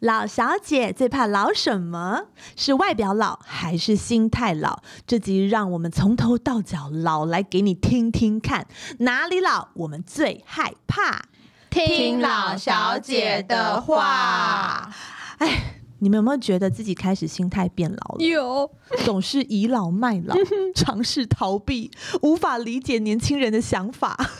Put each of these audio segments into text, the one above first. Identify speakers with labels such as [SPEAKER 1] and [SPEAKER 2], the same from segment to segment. [SPEAKER 1] 老小姐最怕老什么？是外表老还是心态老？这集让我们从头到脚老来给你听听看，哪里老我们最害怕？
[SPEAKER 2] 听老小姐的话。
[SPEAKER 1] 哎，你们有没有觉得自己开始心态变老了？
[SPEAKER 2] 有，
[SPEAKER 1] 总是倚老卖 老，尝试逃避，无法理解年轻人的想法。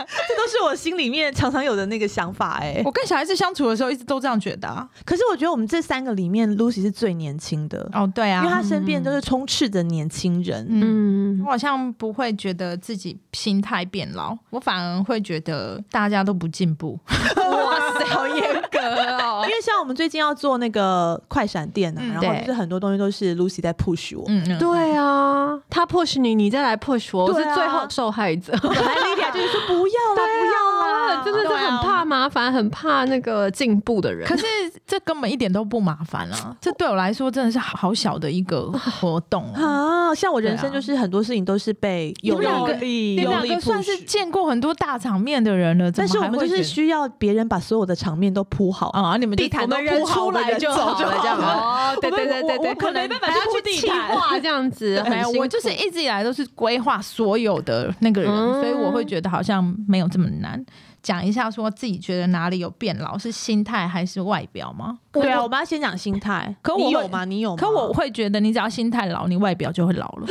[SPEAKER 1] 这都是我心里面常常有的那个想法哎、
[SPEAKER 3] 我跟小孩子相处的时候，一直都这样觉得、啊。
[SPEAKER 1] 可是我觉得我们这三个里面，Lucy 是最年轻的，
[SPEAKER 3] 哦，对啊，
[SPEAKER 1] 因为她身边都是充斥着年轻人。
[SPEAKER 3] 嗯，
[SPEAKER 2] 嗯
[SPEAKER 3] 我，好像不会觉得自己心态变老，我反而会觉得大家都不进步。
[SPEAKER 2] 哇塞，好严格哦
[SPEAKER 1] 因。为像我们最近要做那个快闪店啊，
[SPEAKER 3] 嗯
[SPEAKER 1] 然后就是很多东西都是 Lucy 在 push 我。
[SPEAKER 3] 嗯嗯，
[SPEAKER 2] 对啊，他 push 你，你再来 push 我，我
[SPEAKER 1] 对
[SPEAKER 2] 是
[SPEAKER 1] 啊
[SPEAKER 2] 最后受害者。
[SPEAKER 1] 本来哎 Lydia 就是说不要啦，
[SPEAKER 3] 啊
[SPEAKER 1] 不要啦，
[SPEAKER 2] 真的是
[SPEAKER 3] 对
[SPEAKER 2] 很
[SPEAKER 3] 啊
[SPEAKER 2] 怕麻烦，很怕那个进步的人。
[SPEAKER 3] 可是这根本一点都不麻烦啊！这对我来说真的是好小的一个活动、啊。
[SPEAKER 1] 啊！像我人
[SPEAKER 3] 对啊
[SPEAKER 1] 生就是很多事情都是被
[SPEAKER 3] 你
[SPEAKER 1] 有
[SPEAKER 3] 们两个
[SPEAKER 1] 力
[SPEAKER 3] 你们
[SPEAKER 1] 有
[SPEAKER 3] 两
[SPEAKER 1] 力
[SPEAKER 3] 个算是
[SPEAKER 1] push
[SPEAKER 3] 见过很多大场面的人了，怎
[SPEAKER 1] 但
[SPEAKER 3] 么
[SPEAKER 1] 是我
[SPEAKER 3] 还
[SPEAKER 1] 们
[SPEAKER 3] 会
[SPEAKER 1] 就是
[SPEAKER 3] 觉得
[SPEAKER 1] 需要别人把所有的场面都铺好。
[SPEAKER 3] 啊？你们就
[SPEAKER 1] 地毯
[SPEAKER 3] 我们
[SPEAKER 1] 都铺
[SPEAKER 3] 人
[SPEAKER 1] 好
[SPEAKER 3] 出
[SPEAKER 1] 我们
[SPEAKER 3] 来
[SPEAKER 1] 人
[SPEAKER 3] 就
[SPEAKER 1] 走
[SPEAKER 3] 好
[SPEAKER 1] 就
[SPEAKER 3] 了，
[SPEAKER 1] 好
[SPEAKER 3] 这样吗？
[SPEAKER 2] 哦，对对对
[SPEAKER 1] 我
[SPEAKER 2] 对
[SPEAKER 1] 我
[SPEAKER 2] 对，
[SPEAKER 1] 我可能没办法
[SPEAKER 2] 还要
[SPEAKER 1] 去
[SPEAKER 2] 去
[SPEAKER 1] 铺地
[SPEAKER 2] 计
[SPEAKER 1] 毯
[SPEAKER 2] 划这样子，
[SPEAKER 3] 没
[SPEAKER 2] 很
[SPEAKER 3] 有，
[SPEAKER 2] 辛
[SPEAKER 3] 我就是
[SPEAKER 2] 苦
[SPEAKER 3] 一直以来都是规划所有的那个人，
[SPEAKER 2] 嗯
[SPEAKER 3] 所以我会觉得好像没有这么难。讲一下，说自己觉得哪里有变老，是心态还是外表吗？
[SPEAKER 1] 对啊，我们要先讲心态。
[SPEAKER 3] 可我
[SPEAKER 1] 你
[SPEAKER 3] 会
[SPEAKER 1] 有吗？你有吗？
[SPEAKER 3] 可我会觉得，你只要心态老，你外表就会老了，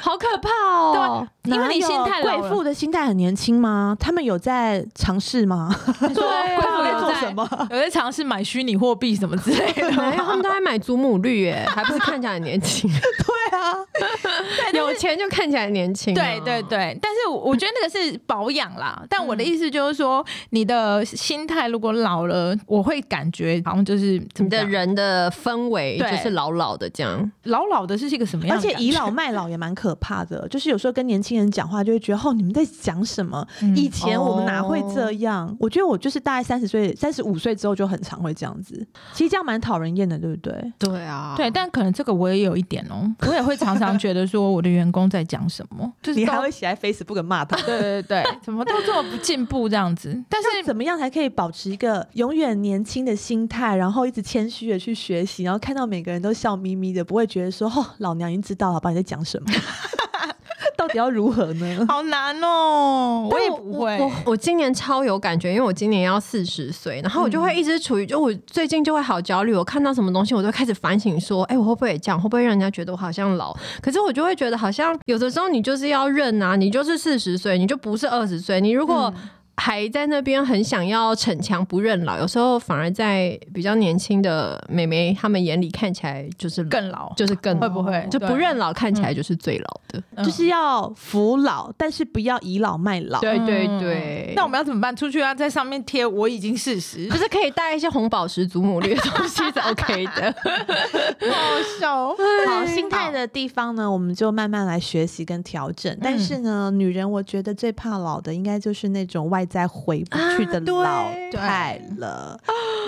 [SPEAKER 2] 好可怕哦。
[SPEAKER 3] 因为你心
[SPEAKER 1] 哪
[SPEAKER 3] 态
[SPEAKER 1] 有
[SPEAKER 3] 老
[SPEAKER 1] 贵妇的心态很年轻吗？他们有在尝试吗？
[SPEAKER 3] 对
[SPEAKER 2] 啊
[SPEAKER 1] 贵妇在
[SPEAKER 2] 有
[SPEAKER 1] 做什？么？
[SPEAKER 3] 有在尝试买虚拟货币什么之类的吗，
[SPEAKER 2] 没有，他们都在买祖母绿，哎，还不是看起来很年轻？
[SPEAKER 1] 对啊，
[SPEAKER 2] 有钱就看起来年轻啊。
[SPEAKER 3] 对对对，但是我我觉得那个是保养啦。但我的意思就是说，你的心态如果老了，我会感觉好像就是怎
[SPEAKER 2] 你
[SPEAKER 3] 么
[SPEAKER 2] 的
[SPEAKER 3] 讲
[SPEAKER 2] 人的氛围就
[SPEAKER 3] 对
[SPEAKER 2] 是老老的这样，
[SPEAKER 3] 老老的是一个什么样
[SPEAKER 1] 而
[SPEAKER 3] 的感
[SPEAKER 1] 且
[SPEAKER 3] 觉？
[SPEAKER 1] 倚老卖老也蛮可怕的，就是有时候跟年轻人讲话，就会觉得哦，你们在讲什么？
[SPEAKER 3] 嗯
[SPEAKER 1] 以前我们哪会这
[SPEAKER 2] 哦
[SPEAKER 1] 样？我觉得我就是大概三十岁、三十五岁之后就很常会这样子。其实这样蛮讨人厌的，对不对？
[SPEAKER 2] 对啊
[SPEAKER 3] 对，但可能这个我也有一点哦、 我也会常常觉得说我的员工在讲什么，就是
[SPEAKER 1] 你
[SPEAKER 3] 都
[SPEAKER 1] 还会写在 Facebook 骂他。
[SPEAKER 3] 对对对，对怎么都做不进步这样子。 但
[SPEAKER 1] 那
[SPEAKER 3] 是
[SPEAKER 1] 怎么样才可以保持一个永远年轻的心态，然后一直谦虚的去学习，然后看到每个人都笑眯眯的，不会觉得说 哦，老娘已经知道了，爸你在讲什么？ 到底要如何呢？
[SPEAKER 3] 好难哦、我也不会
[SPEAKER 2] 我我今年超有感觉，因为我今年要四十岁，然后我就
[SPEAKER 3] 嗯
[SPEAKER 2] 会一直处于，就我最近就会好焦虑。我看到什么东西，我就开始反省，说，哎、我会不会也这样？会不会让人家觉得我好像老？可是我就会觉得，好像有的时候你就是要认啊，你就是四十岁，你就不是二十岁。你如果
[SPEAKER 3] 嗯
[SPEAKER 2] 还在那边很想要逞强不认老，有时候反而在比较年轻的妹妹她们眼里看起来就是老
[SPEAKER 3] 更老，
[SPEAKER 2] 就是更
[SPEAKER 3] 会不会
[SPEAKER 2] 哦就不
[SPEAKER 3] 对
[SPEAKER 2] 认老，看起来就是最老的。
[SPEAKER 3] 嗯
[SPEAKER 1] 就是要服老，但是不要倚老卖老。
[SPEAKER 2] 对对
[SPEAKER 3] 嗯
[SPEAKER 2] 对，
[SPEAKER 3] 那我们要怎么办？出去要在上面贴我已经四 十
[SPEAKER 2] 就，是可以带一些红宝石、祖母绿的东西是 OK 的。
[SPEAKER 3] 好笑。
[SPEAKER 1] 好，
[SPEAKER 3] 嗯
[SPEAKER 1] 心态的地方呢，我们就慢慢来学习跟调整。但是呢，女人我觉得最怕老的，应该就是那种外在回不去的老态了。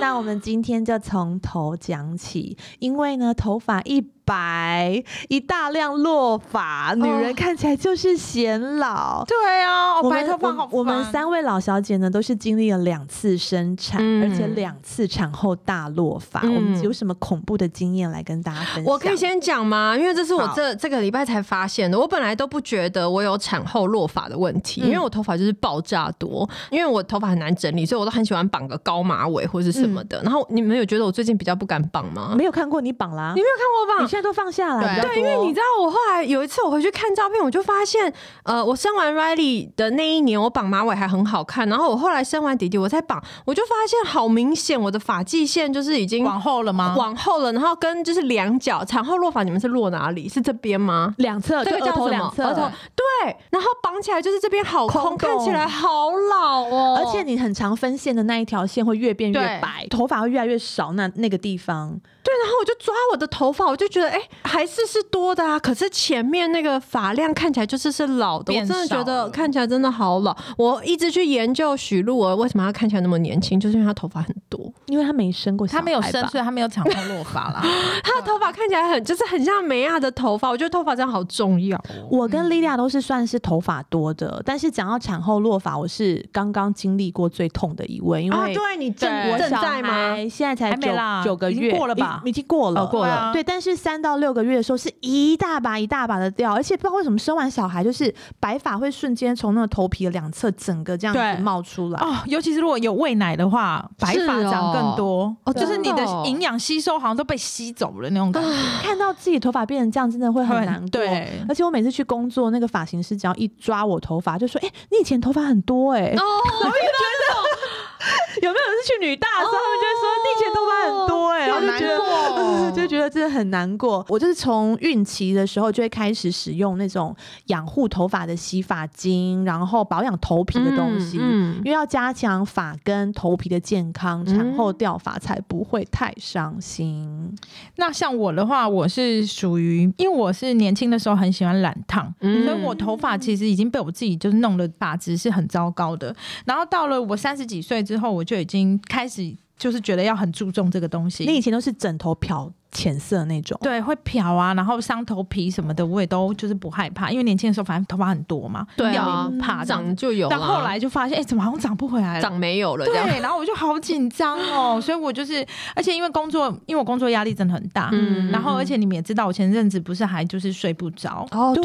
[SPEAKER 1] 那我们今天就从头讲起，因为呢，头发一白一大量落发，女人看起来就是显老。
[SPEAKER 3] 对啊，
[SPEAKER 1] 我
[SPEAKER 3] 哦，白
[SPEAKER 1] 们
[SPEAKER 3] 头发
[SPEAKER 1] 我
[SPEAKER 3] 好
[SPEAKER 1] 们我们
[SPEAKER 3] 烦
[SPEAKER 1] 三位老小姐呢，都是经历了两次生产，
[SPEAKER 2] 嗯
[SPEAKER 1] 而且两次产后大落发。
[SPEAKER 2] 嗯
[SPEAKER 1] 我们有什么恐怖的经验来跟大家分享？
[SPEAKER 2] 我可以先讲吗？因为这是我
[SPEAKER 1] 好
[SPEAKER 2] 这这个礼拜才发现的。我本来都不觉得我有产后落发的问题，因为我头发就是爆炸多，因为我头发很难整理，所以我都很喜欢绑个高马尾或是什么的。然后你们有觉得我最近比较不敢绑吗？
[SPEAKER 1] 没有看过你绑啦
[SPEAKER 2] 啊你，没有看我
[SPEAKER 1] 你
[SPEAKER 2] 绑？
[SPEAKER 1] 现在都放下了，
[SPEAKER 3] 对
[SPEAKER 1] 比较
[SPEAKER 2] 对，因为
[SPEAKER 1] 多
[SPEAKER 2] 你知道，我后来有一次我回去看照片，我就发现，呃，我生完 Riley 的那一年，我绑马尾还很好看。然后我后来生完弟弟，我再绑，我就发现好明显，我的发际线就是已经
[SPEAKER 3] 往后了吗？
[SPEAKER 2] 往后了，然后跟就是两脚产后落发，你们是落哪里？是这边吗？
[SPEAKER 1] 两侧
[SPEAKER 2] 这
[SPEAKER 1] 就
[SPEAKER 2] 个
[SPEAKER 1] 额
[SPEAKER 2] 叫
[SPEAKER 1] 头
[SPEAKER 2] 什
[SPEAKER 1] 两
[SPEAKER 2] 么？
[SPEAKER 1] 侧，
[SPEAKER 2] 额头对，然后绑起来就是这边好空，
[SPEAKER 1] 空洞
[SPEAKER 2] 看起来好老哦。
[SPEAKER 1] 而且你很长分线的那一条线会越变越
[SPEAKER 3] 对
[SPEAKER 1] 白，头发会越来越少。那那个地方，
[SPEAKER 2] 对，然后我就抓我的头发，我就觉得哎、还是是多的啊，可是前面那个发量看起来就是是老的，我
[SPEAKER 3] 变
[SPEAKER 2] 真的觉
[SPEAKER 3] 少
[SPEAKER 2] 得
[SPEAKER 3] 了
[SPEAKER 2] 看起来真的好老。我一直去研究许璐儿为什么她看起来那么年轻，就是因为她头发很多，
[SPEAKER 1] 因为他没生过小孩
[SPEAKER 3] 他
[SPEAKER 1] 吧，
[SPEAKER 3] 没有生，所以他没有产后落发啦。
[SPEAKER 2] 她的头发看起来很就是很像梅亚的头发，我觉得头发真的好重要哦。
[SPEAKER 1] 我跟莉莉亚都是算是头发多的，但是讲到产后落发，我是刚刚经历过最痛的一位，因
[SPEAKER 2] 啊，
[SPEAKER 1] 为
[SPEAKER 2] 对你正
[SPEAKER 3] 对
[SPEAKER 1] 我
[SPEAKER 2] 正
[SPEAKER 1] 小
[SPEAKER 2] 在吗？
[SPEAKER 1] 孩现在才
[SPEAKER 3] 还没
[SPEAKER 1] 九
[SPEAKER 3] 啦
[SPEAKER 1] 九个
[SPEAKER 3] 已经
[SPEAKER 1] 月，
[SPEAKER 3] 过了吧
[SPEAKER 1] 已已经过了，
[SPEAKER 2] 哦过
[SPEAKER 3] 了对啊
[SPEAKER 1] 对，但是三到六个月的时候是一大把一大把的掉，而且不知道为什么生完小孩就是白发会瞬间从那个头皮的两侧整个这样
[SPEAKER 3] 对
[SPEAKER 1] 子冒出来。
[SPEAKER 3] 哦，尤其是如果有喂奶的话，白发长更多，
[SPEAKER 2] 哦
[SPEAKER 3] 就是你的
[SPEAKER 2] 真的哦啊
[SPEAKER 3] 营养吸收好像都被吸走了那种感觉，
[SPEAKER 1] 看到自己头发变成这样，真的会很难 过。
[SPEAKER 3] 对
[SPEAKER 1] 而且我每次去工作，那个发型师只要一抓我头发，就说：“哎、你以前头发很多 哎、
[SPEAKER 2] 哦，
[SPEAKER 1] 有 没有人是去女大的时候，他们就会说：“
[SPEAKER 2] 哦
[SPEAKER 1] 你以前头发很多哎、
[SPEAKER 2] 好
[SPEAKER 1] 我就
[SPEAKER 2] 难
[SPEAKER 1] 觉得
[SPEAKER 2] 过
[SPEAKER 1] 就觉得真的很难过。我就是从孕期的时候就会开始使用那种养护头发的洗发精，然后保养头皮的东西，
[SPEAKER 2] 嗯嗯
[SPEAKER 1] 因为要加强发根、头皮的健康，
[SPEAKER 2] 嗯
[SPEAKER 1] 产后掉发才不会太伤心。
[SPEAKER 3] 那像我的话，我是属于，因为我是年轻的时候很喜欢染烫，
[SPEAKER 2] 嗯
[SPEAKER 3] 所以我头发其实已经被我自己就是弄的发质是很糟糕的。然后到了我三十几岁之后，我就已经开始就是觉得要很注重这个东西。
[SPEAKER 1] 你以前都是枕头漂浅色那种，
[SPEAKER 3] 对，会漂啊，然后伤头皮什么的，我也都就是不害怕，因为年轻的时候反正头发很多嘛，
[SPEAKER 2] 对
[SPEAKER 3] 掉
[SPEAKER 2] 啊
[SPEAKER 3] 也不怕这样子
[SPEAKER 2] 长就有
[SPEAKER 3] 但
[SPEAKER 2] 啦
[SPEAKER 3] 后来就发现，哎、怎么好像长不回来了？
[SPEAKER 2] 长没有了，这样
[SPEAKER 3] 对，然后我就好紧张哦，所以我就是，而且因为工作，因为我工作压力真的很大，
[SPEAKER 2] 嗯
[SPEAKER 3] 然后而且你们也知道，我前阵子不是还就是睡不着，
[SPEAKER 2] 哦
[SPEAKER 1] 对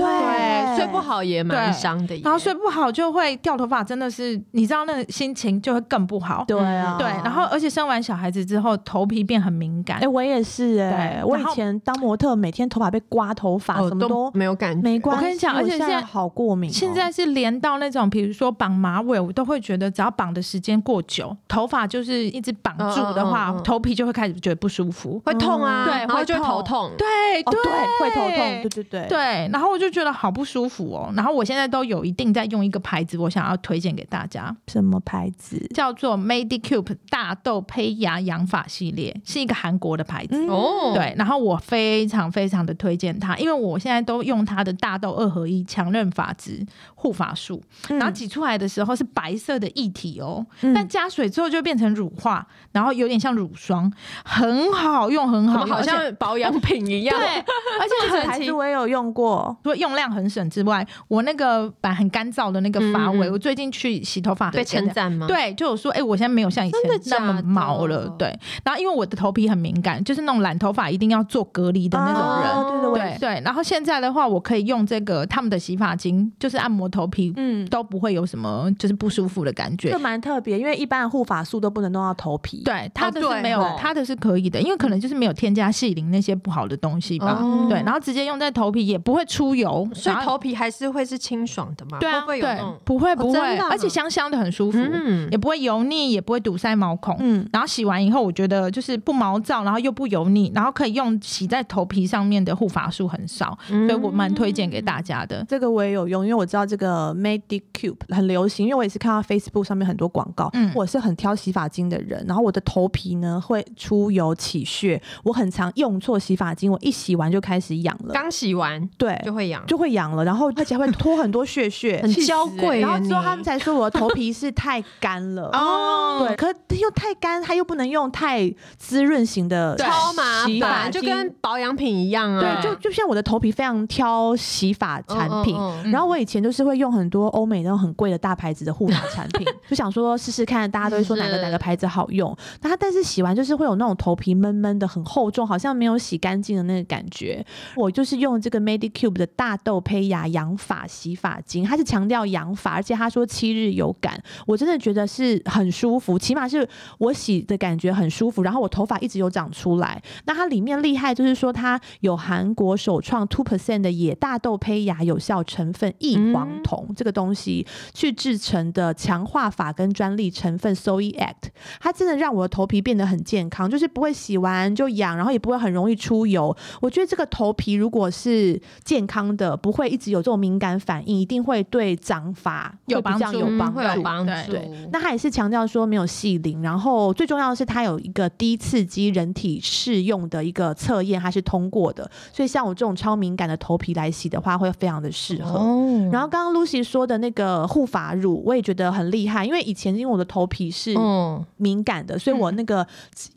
[SPEAKER 2] 睡不好也蛮
[SPEAKER 3] 对
[SPEAKER 2] 伤的耶，
[SPEAKER 3] 然后睡不好就会掉头发，真的是你知道那个心情就会更不好。
[SPEAKER 1] 对啊，
[SPEAKER 3] 嗯对，然后而且生完小孩子之后，头皮变很敏感
[SPEAKER 1] 哎、。我也是哎、
[SPEAKER 3] 对
[SPEAKER 1] 我以
[SPEAKER 3] 然后
[SPEAKER 1] 前当模特，每天头发被刮头发，
[SPEAKER 2] 哦
[SPEAKER 1] 什么都
[SPEAKER 2] 没有感觉，
[SPEAKER 1] 没关系。
[SPEAKER 3] 我跟你讲而且
[SPEAKER 1] 我现
[SPEAKER 3] 现在
[SPEAKER 1] 好过敏哦、
[SPEAKER 3] 现在是连到那种，比如说绑马尾，我都会觉得只要绑的时间过久，头发就是一直绑住的话，
[SPEAKER 2] 嗯嗯嗯嗯
[SPEAKER 3] 头皮就会开始觉得不舒服。
[SPEAKER 2] 会痛
[SPEAKER 1] 嗯
[SPEAKER 2] 啊，
[SPEAKER 3] 对
[SPEAKER 2] 然后
[SPEAKER 3] 会
[SPEAKER 2] 就会头
[SPEAKER 3] 痛
[SPEAKER 2] 痛，
[SPEAKER 3] 对、
[SPEAKER 1] 哦，对，会头痛，对对对，
[SPEAKER 3] 对，然后我就觉得好不舒服哦。然后我现在都有一定在用一个牌子，我想要推荐给大家，
[SPEAKER 1] 什么牌子？
[SPEAKER 3] 叫做 Medicube 大豆胚芽养发系列，是一个韩国的牌子。
[SPEAKER 1] 嗯
[SPEAKER 2] 哦，
[SPEAKER 3] 对，然后我非常非常的推荐它，因为我现在都用它的大豆二合一强韧发质护发素，然后
[SPEAKER 1] 嗯
[SPEAKER 3] 挤出来的时候是白色的液体哦，
[SPEAKER 1] 嗯
[SPEAKER 3] 但加水之后就变成乳化，然后有点像乳霜，很好用，很
[SPEAKER 2] 怎
[SPEAKER 3] 好
[SPEAKER 2] 么
[SPEAKER 3] 用，
[SPEAKER 2] 好
[SPEAKER 3] 而且
[SPEAKER 2] 像保养品一样，
[SPEAKER 3] 对，而 且
[SPEAKER 1] 这
[SPEAKER 3] 很
[SPEAKER 1] 个牌
[SPEAKER 3] 奇
[SPEAKER 1] 子我也有用过，
[SPEAKER 3] 除了用量很省之外，我那个本来很干燥的那个发尾，
[SPEAKER 2] 嗯嗯
[SPEAKER 3] 我最近去洗头发
[SPEAKER 2] 被
[SPEAKER 3] 很简
[SPEAKER 2] 称
[SPEAKER 3] 单。
[SPEAKER 2] 赞吗？，
[SPEAKER 3] 对，就有说，哎、我现在没有像以前
[SPEAKER 2] 真的假
[SPEAKER 3] 那
[SPEAKER 2] 的
[SPEAKER 3] 么毛了，对。然后因为我的头皮很敏感，就是那种染头发一定要做隔离的那种人，
[SPEAKER 1] 哦对对我也
[SPEAKER 3] 对对。然后现在的话，我可以用这个他们的洗发精，就是按摩头皮，
[SPEAKER 1] 嗯，
[SPEAKER 3] 都不会有什么就是不舒服的感
[SPEAKER 1] 这
[SPEAKER 3] 觉
[SPEAKER 1] 个。蛮特别，因为一般的护发素都不能弄到头皮。，
[SPEAKER 3] 对，它的
[SPEAKER 2] 对
[SPEAKER 3] 是没有，
[SPEAKER 2] 哦
[SPEAKER 3] 它的是可以的，因为可能就是没有添加细鳞那些不好的东西吧。
[SPEAKER 2] 哦
[SPEAKER 3] 对，然后直接用在头皮也不会出油，
[SPEAKER 2] 所以
[SPEAKER 3] 然后
[SPEAKER 2] 头皮还是会是清爽的嘛，
[SPEAKER 3] 对啊，
[SPEAKER 2] 会不会有
[SPEAKER 3] 对
[SPEAKER 2] 那种？
[SPEAKER 3] 不会
[SPEAKER 2] 哦
[SPEAKER 3] 不会，
[SPEAKER 2] 真的啊
[SPEAKER 3] 而且香香的很舒服，
[SPEAKER 2] 嗯
[SPEAKER 3] 也不会油腻，也不会堵塞毛孔。
[SPEAKER 1] 嗯，
[SPEAKER 3] 然后洗完以后，我觉得就是不毛躁，然后又不油腻，然后可以用洗在头皮上面的护发素很少，
[SPEAKER 2] 嗯
[SPEAKER 3] 所以我蛮推荐给大家的。
[SPEAKER 1] 这个我也有用，因为我知道这个 Medicube 很流行，因为我也是看到 Facebook 上面很多广告。
[SPEAKER 3] 嗯。
[SPEAKER 1] 我是很挑洗发精的人，然后我的头皮呢会出油起屑，我很常用错洗发精，我一洗完就开始痒了，
[SPEAKER 2] 刚洗完
[SPEAKER 1] 对，
[SPEAKER 2] 就会痒，
[SPEAKER 1] 就会痒了，然后而且会脱很多屑屑，
[SPEAKER 2] 很娇贵耶
[SPEAKER 1] 然后之后他
[SPEAKER 2] 你
[SPEAKER 1] 们才说我的头皮是太干 了
[SPEAKER 3] 哦，
[SPEAKER 1] 对，可是又太干，它又不能用太滋润型的
[SPEAKER 3] 对
[SPEAKER 2] 超麻
[SPEAKER 1] 洗发
[SPEAKER 2] 烦，就
[SPEAKER 1] 精
[SPEAKER 2] 跟保养品一样啊，
[SPEAKER 1] 对，就就像我的头皮非常挑洗发产品，
[SPEAKER 2] 嗯嗯
[SPEAKER 3] 嗯
[SPEAKER 1] 然后我以前就是会用很多欧美那种很贵的大牌子的护发产品，就想说试试看，大家都会说哪个
[SPEAKER 2] 是
[SPEAKER 1] 哪个牌子好用，那它但是洗完就是会有那种头皮闷闷的，很厚重，好像没有洗干净的那个感觉。我就是用这个 Medicube 的大豆胚芽养发洗发精，它是强调养发，而且它说七日有感，我真的觉得是很舒服，起码是我洗的感觉很舒服，然后我头发一直有长出来。那它里面厉害就是说它有韩国首创 two percent 的野大豆胚芽有效成分异黄酮、这个东西去制成的强化发根专利成分 Soy Act，它真的让我的头皮变得很健康，就是不会洗完就痒，然后也不会很容易出油。我觉得这个头皮如果是健康的，不会一直有这种敏感反应，一定会对长发
[SPEAKER 3] 有
[SPEAKER 1] 会比较
[SPEAKER 3] 帮助
[SPEAKER 1] 有
[SPEAKER 2] 嗯
[SPEAKER 1] 帮
[SPEAKER 2] 会有
[SPEAKER 1] 助。
[SPEAKER 2] 帮
[SPEAKER 3] 对
[SPEAKER 2] 助，
[SPEAKER 1] 对，那它也是强调说没有细鳞，然后最重要的是它有一个低刺激人体适用的一个测验，它是通过的。所以像我这种超敏感的头皮来洗的话，会非常的适合。
[SPEAKER 2] 哦
[SPEAKER 1] 然后刚刚 Lucy 说的那个护发乳，我也觉得很厉害，因为以前因为我的头皮是
[SPEAKER 2] 嗯，
[SPEAKER 1] 敏感的，所以我那个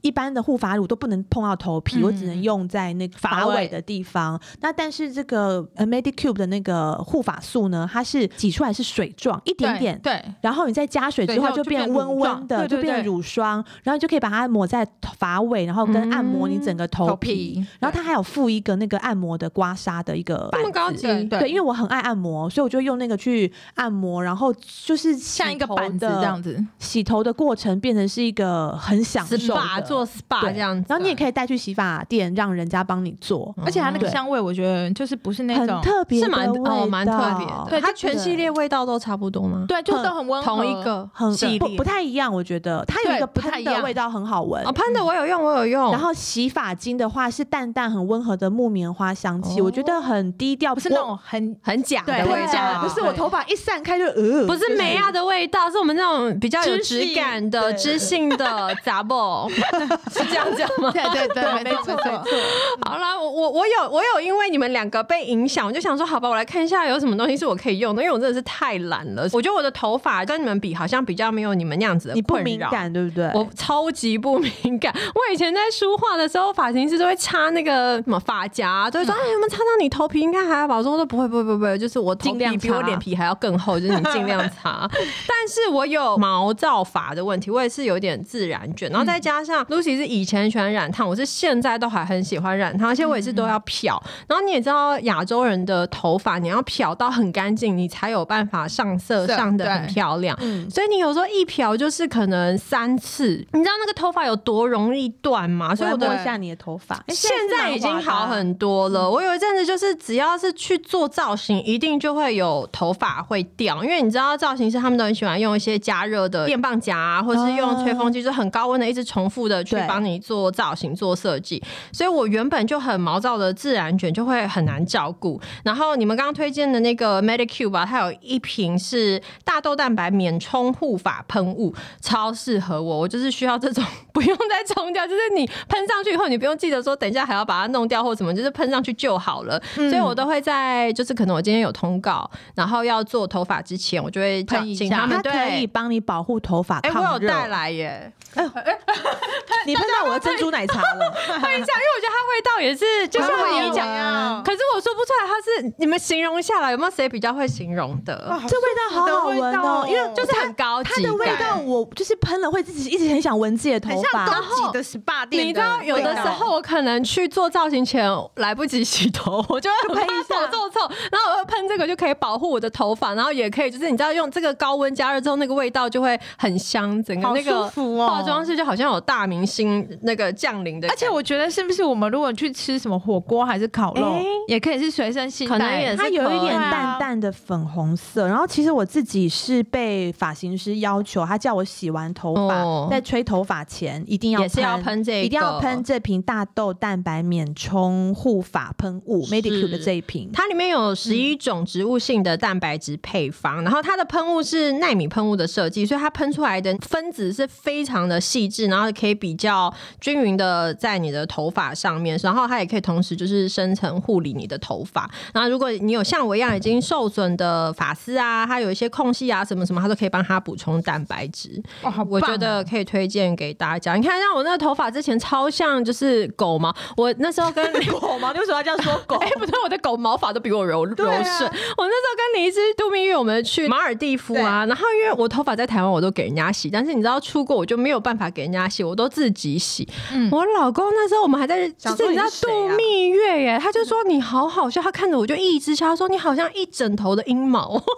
[SPEAKER 1] 一般的护发乳都不能碰到头皮，
[SPEAKER 3] 嗯
[SPEAKER 1] 我只能用在那个
[SPEAKER 3] 发
[SPEAKER 1] 发尾
[SPEAKER 3] 尾
[SPEAKER 1] 的地方。那但是这个呃 Medicube 的那个护发素呢，它是挤出来是水状，一点点。
[SPEAKER 3] 对对
[SPEAKER 1] 然后你再加水之后
[SPEAKER 3] 对就
[SPEAKER 1] 就变
[SPEAKER 3] 就变乳
[SPEAKER 1] 温温
[SPEAKER 3] 状
[SPEAKER 1] 的，
[SPEAKER 3] 对
[SPEAKER 1] 就
[SPEAKER 3] 对
[SPEAKER 1] 变
[SPEAKER 3] 对
[SPEAKER 1] 乳霜，然后你就可以把它抹在发尾，然后跟按摩你整个头
[SPEAKER 3] 嗯头
[SPEAKER 1] 皮。
[SPEAKER 3] 皮
[SPEAKER 1] 然后它还有附一个那个按摩的刮痧的一个
[SPEAKER 2] 这么
[SPEAKER 1] 板
[SPEAKER 2] 高
[SPEAKER 1] 子
[SPEAKER 2] 级，
[SPEAKER 3] 对对
[SPEAKER 1] 对，因为我很爱按摩，所以我就用那个去按摩，然后就是
[SPEAKER 3] 像一个板子这样
[SPEAKER 1] 子。
[SPEAKER 3] 子，
[SPEAKER 2] 哦
[SPEAKER 1] 洗头的过程变成是一个很享受的
[SPEAKER 2] SPA 做 SPA
[SPEAKER 1] 对
[SPEAKER 2] 这样子，
[SPEAKER 1] 然后你也可以带去洗发店，让人家帮你做，
[SPEAKER 3] 而且它那个
[SPEAKER 1] 对
[SPEAKER 3] 香味，我觉得就是嗯不是那
[SPEAKER 1] 很
[SPEAKER 3] 种，
[SPEAKER 1] 特别
[SPEAKER 2] 是
[SPEAKER 1] 的味道，
[SPEAKER 2] 蛮哦蛮特别的，
[SPEAKER 1] 对，
[SPEAKER 2] 对它全系列味道都差不多吗？
[SPEAKER 3] 对，就是都很温和，
[SPEAKER 2] 同一个
[SPEAKER 1] 很
[SPEAKER 2] 系
[SPEAKER 1] 不
[SPEAKER 2] 列
[SPEAKER 1] 不太一样，我觉得它有一
[SPEAKER 3] 对
[SPEAKER 1] 个
[SPEAKER 3] 不太
[SPEAKER 1] 喷
[SPEAKER 3] 一
[SPEAKER 1] 的
[SPEAKER 3] 样
[SPEAKER 1] 味道很好闻
[SPEAKER 2] 哦，。喷的我有用，我有用，
[SPEAKER 1] 然后洗发精的话是淡淡很温和的木棉花香气，
[SPEAKER 2] 哦
[SPEAKER 1] 我觉得很低调，不
[SPEAKER 3] 不是那种很
[SPEAKER 2] 很哎假的
[SPEAKER 3] 对
[SPEAKER 1] 对
[SPEAKER 2] 味
[SPEAKER 3] 很假
[SPEAKER 2] 道，
[SPEAKER 1] 不是我
[SPEAKER 3] 对
[SPEAKER 1] 头发一散开就呃，
[SPEAKER 2] 不是梅亚的味道，是我们那种比较有质感的、知
[SPEAKER 1] 知
[SPEAKER 2] 性的杂爆，是这样讲 吗？
[SPEAKER 3] 对对对，没错没错，
[SPEAKER 2] 好啦，我我我有我有因为你们两个被影响，我就想说，好吧，我来看一下有什么东西是我可以用的，因为我真的是太懒了。我觉得我的头发跟你们比，好像比较没有你们那样子的
[SPEAKER 1] 你不
[SPEAKER 2] 困
[SPEAKER 1] 敏
[SPEAKER 2] 扰。
[SPEAKER 1] 感对不对？
[SPEAKER 2] 我超级不敏感。我以前在梳化的时候，发型师都会插那个什么发夹，都会说：“哎，有没有插到你头皮？应该还好吧？”我说：“都不会，不会，不会，就是我头
[SPEAKER 1] 尽
[SPEAKER 2] 皮
[SPEAKER 1] 量
[SPEAKER 2] 比我
[SPEAKER 1] 插
[SPEAKER 2] 脸皮还要更厚，就是你尽量 擦。”但是我有毛躁发的问题，我也是有点自然卷，然后再加上 Lucy 是以前喜欢染烫，我是现在都还很喜欢染烫，而且我也是都要漂。然后你也知道，亚洲人的头发你要漂到很干净，你才有办法上色
[SPEAKER 3] 色
[SPEAKER 2] 上的很
[SPEAKER 3] 对
[SPEAKER 2] 漂亮。
[SPEAKER 1] 嗯，
[SPEAKER 2] 所以你有时候一漂就是可能三次，你知道那个头发有多容易断吗？所以
[SPEAKER 1] 我
[SPEAKER 2] 我
[SPEAKER 1] 摸
[SPEAKER 2] 的。
[SPEAKER 1] 一下你的头发，哎
[SPEAKER 2] 现
[SPEAKER 1] 是蛮
[SPEAKER 2] 在已
[SPEAKER 1] 滑
[SPEAKER 2] 经
[SPEAKER 1] 的
[SPEAKER 2] 好
[SPEAKER 1] 啊
[SPEAKER 2] 很多了。我有一阵子就是，只要是去做造型，一定就会有头发会掉，因为你知道造型师他们都很喜欢用一些加热的电棒夹、啊，或是用吹风机，就很高温的一直重复的去
[SPEAKER 1] 哦对
[SPEAKER 2] 帮你做造型、做设计。所以我原本就很毛躁的自然卷就会很难照顾。然后你们刚刚推荐的那个 Medicube 吧、它有一瓶是大豆蛋白免冲护发喷雾，超适合我。我就是需要这种不用再冲掉， 就是你喷上去以后，你不用记得说等一下还要把它弄掉或什么，就是喷上去就好了。
[SPEAKER 1] 嗯
[SPEAKER 2] 所以我都会在就是可能我今天有通告，然后要做头发之前，我就会
[SPEAKER 3] 喷一
[SPEAKER 2] 请
[SPEAKER 3] 下
[SPEAKER 2] 他们
[SPEAKER 1] 它可以
[SPEAKER 2] 对。
[SPEAKER 1] 帮你保护头发
[SPEAKER 2] 哎、
[SPEAKER 1] 抗
[SPEAKER 2] 我有
[SPEAKER 1] 热
[SPEAKER 2] 带来耶，
[SPEAKER 1] 你喷 到我的珍珠奶茶了，
[SPEAKER 2] 喷一下，因为我觉得它味道也是，就是
[SPEAKER 1] 很
[SPEAKER 2] 我
[SPEAKER 1] 好
[SPEAKER 2] 你讲
[SPEAKER 3] 啊
[SPEAKER 2] 可是我说不出来，它是你们形容下来有没有谁比较会形容
[SPEAKER 3] 哦
[SPEAKER 2] 的？
[SPEAKER 1] 这味道好好闻哦，因为
[SPEAKER 2] 就是很高级
[SPEAKER 1] 它的味
[SPEAKER 2] 感
[SPEAKER 1] 道，我就是喷了会自己一直很想闻自己的头发，然后
[SPEAKER 3] 高级的 SPA 店，
[SPEAKER 2] 你知道，有的时候我可能去做造型前来不及洗头， 我就会很
[SPEAKER 1] 喷一
[SPEAKER 2] 怕
[SPEAKER 1] 下
[SPEAKER 2] 手皱臭，然后我会喷这个就可以保护我的头发，然后也可以就是你知道用这个高温加热之后，那个味道就会很香，整个
[SPEAKER 3] 好
[SPEAKER 2] 那个
[SPEAKER 3] 舒服哦
[SPEAKER 2] 化妆室就好像有大明星那个降临的
[SPEAKER 3] 而
[SPEAKER 2] 感觉，
[SPEAKER 3] 且我觉得是不是我们如果去吃什么火锅还是烤肉，
[SPEAKER 1] 哎
[SPEAKER 3] 也可以是随身携带，
[SPEAKER 2] 可能也是
[SPEAKER 1] 它有一点
[SPEAKER 3] 可以
[SPEAKER 1] 淡淡的粉红色，然后其实我自己是被发型师要求，他叫我洗完头
[SPEAKER 2] 哦
[SPEAKER 1] 发在吹头发前一定要
[SPEAKER 2] 也是要喷这
[SPEAKER 1] 一定要
[SPEAKER 2] 个
[SPEAKER 1] 喷这瓶大豆蛋白免冲护发喷雾 Medicube 的这一瓶，
[SPEAKER 2] 它里面有十
[SPEAKER 3] 嗯
[SPEAKER 2] 一种植物性的蛋白质配方，然后它的喷雾是纳米喷雾的设计，所以它喷出来的分子是非常的细致，然后可以比较均匀的在你的头发上面，然后它也可以同时就是深层护理你的头发。然后如果你有像我一样已经受损的发丝啊，它有一些空隙啊什么什么，它都可以帮它补充蛋白质。
[SPEAKER 3] 哇，好棒哦
[SPEAKER 2] 我觉得可以推荐给大家。你看，像我那个头发之前超像就是狗毛，我那时候跟
[SPEAKER 1] 狗吗？你为什么要这样说狗
[SPEAKER 2] 哎、？不对，我的狗毛发都比我柔柔顺。
[SPEAKER 1] 啊
[SPEAKER 2] 我那时候跟你一只度蜜月，我们去马尔蒂夫啊，然后因为我头发在台湾我都给人家洗，但是你知道出国我就没有办法给人家洗，我都自己洗。
[SPEAKER 3] 嗯
[SPEAKER 2] 我老公那时候我们还在，就
[SPEAKER 1] 想
[SPEAKER 2] 是
[SPEAKER 1] 说
[SPEAKER 2] 你
[SPEAKER 1] 你
[SPEAKER 2] 知道
[SPEAKER 1] 是谁
[SPEAKER 2] 度
[SPEAKER 1] 啊
[SPEAKER 2] 蜜月耶，他就说你好好笑，他看着我就一直笑，他说你好像一整头的阴毛。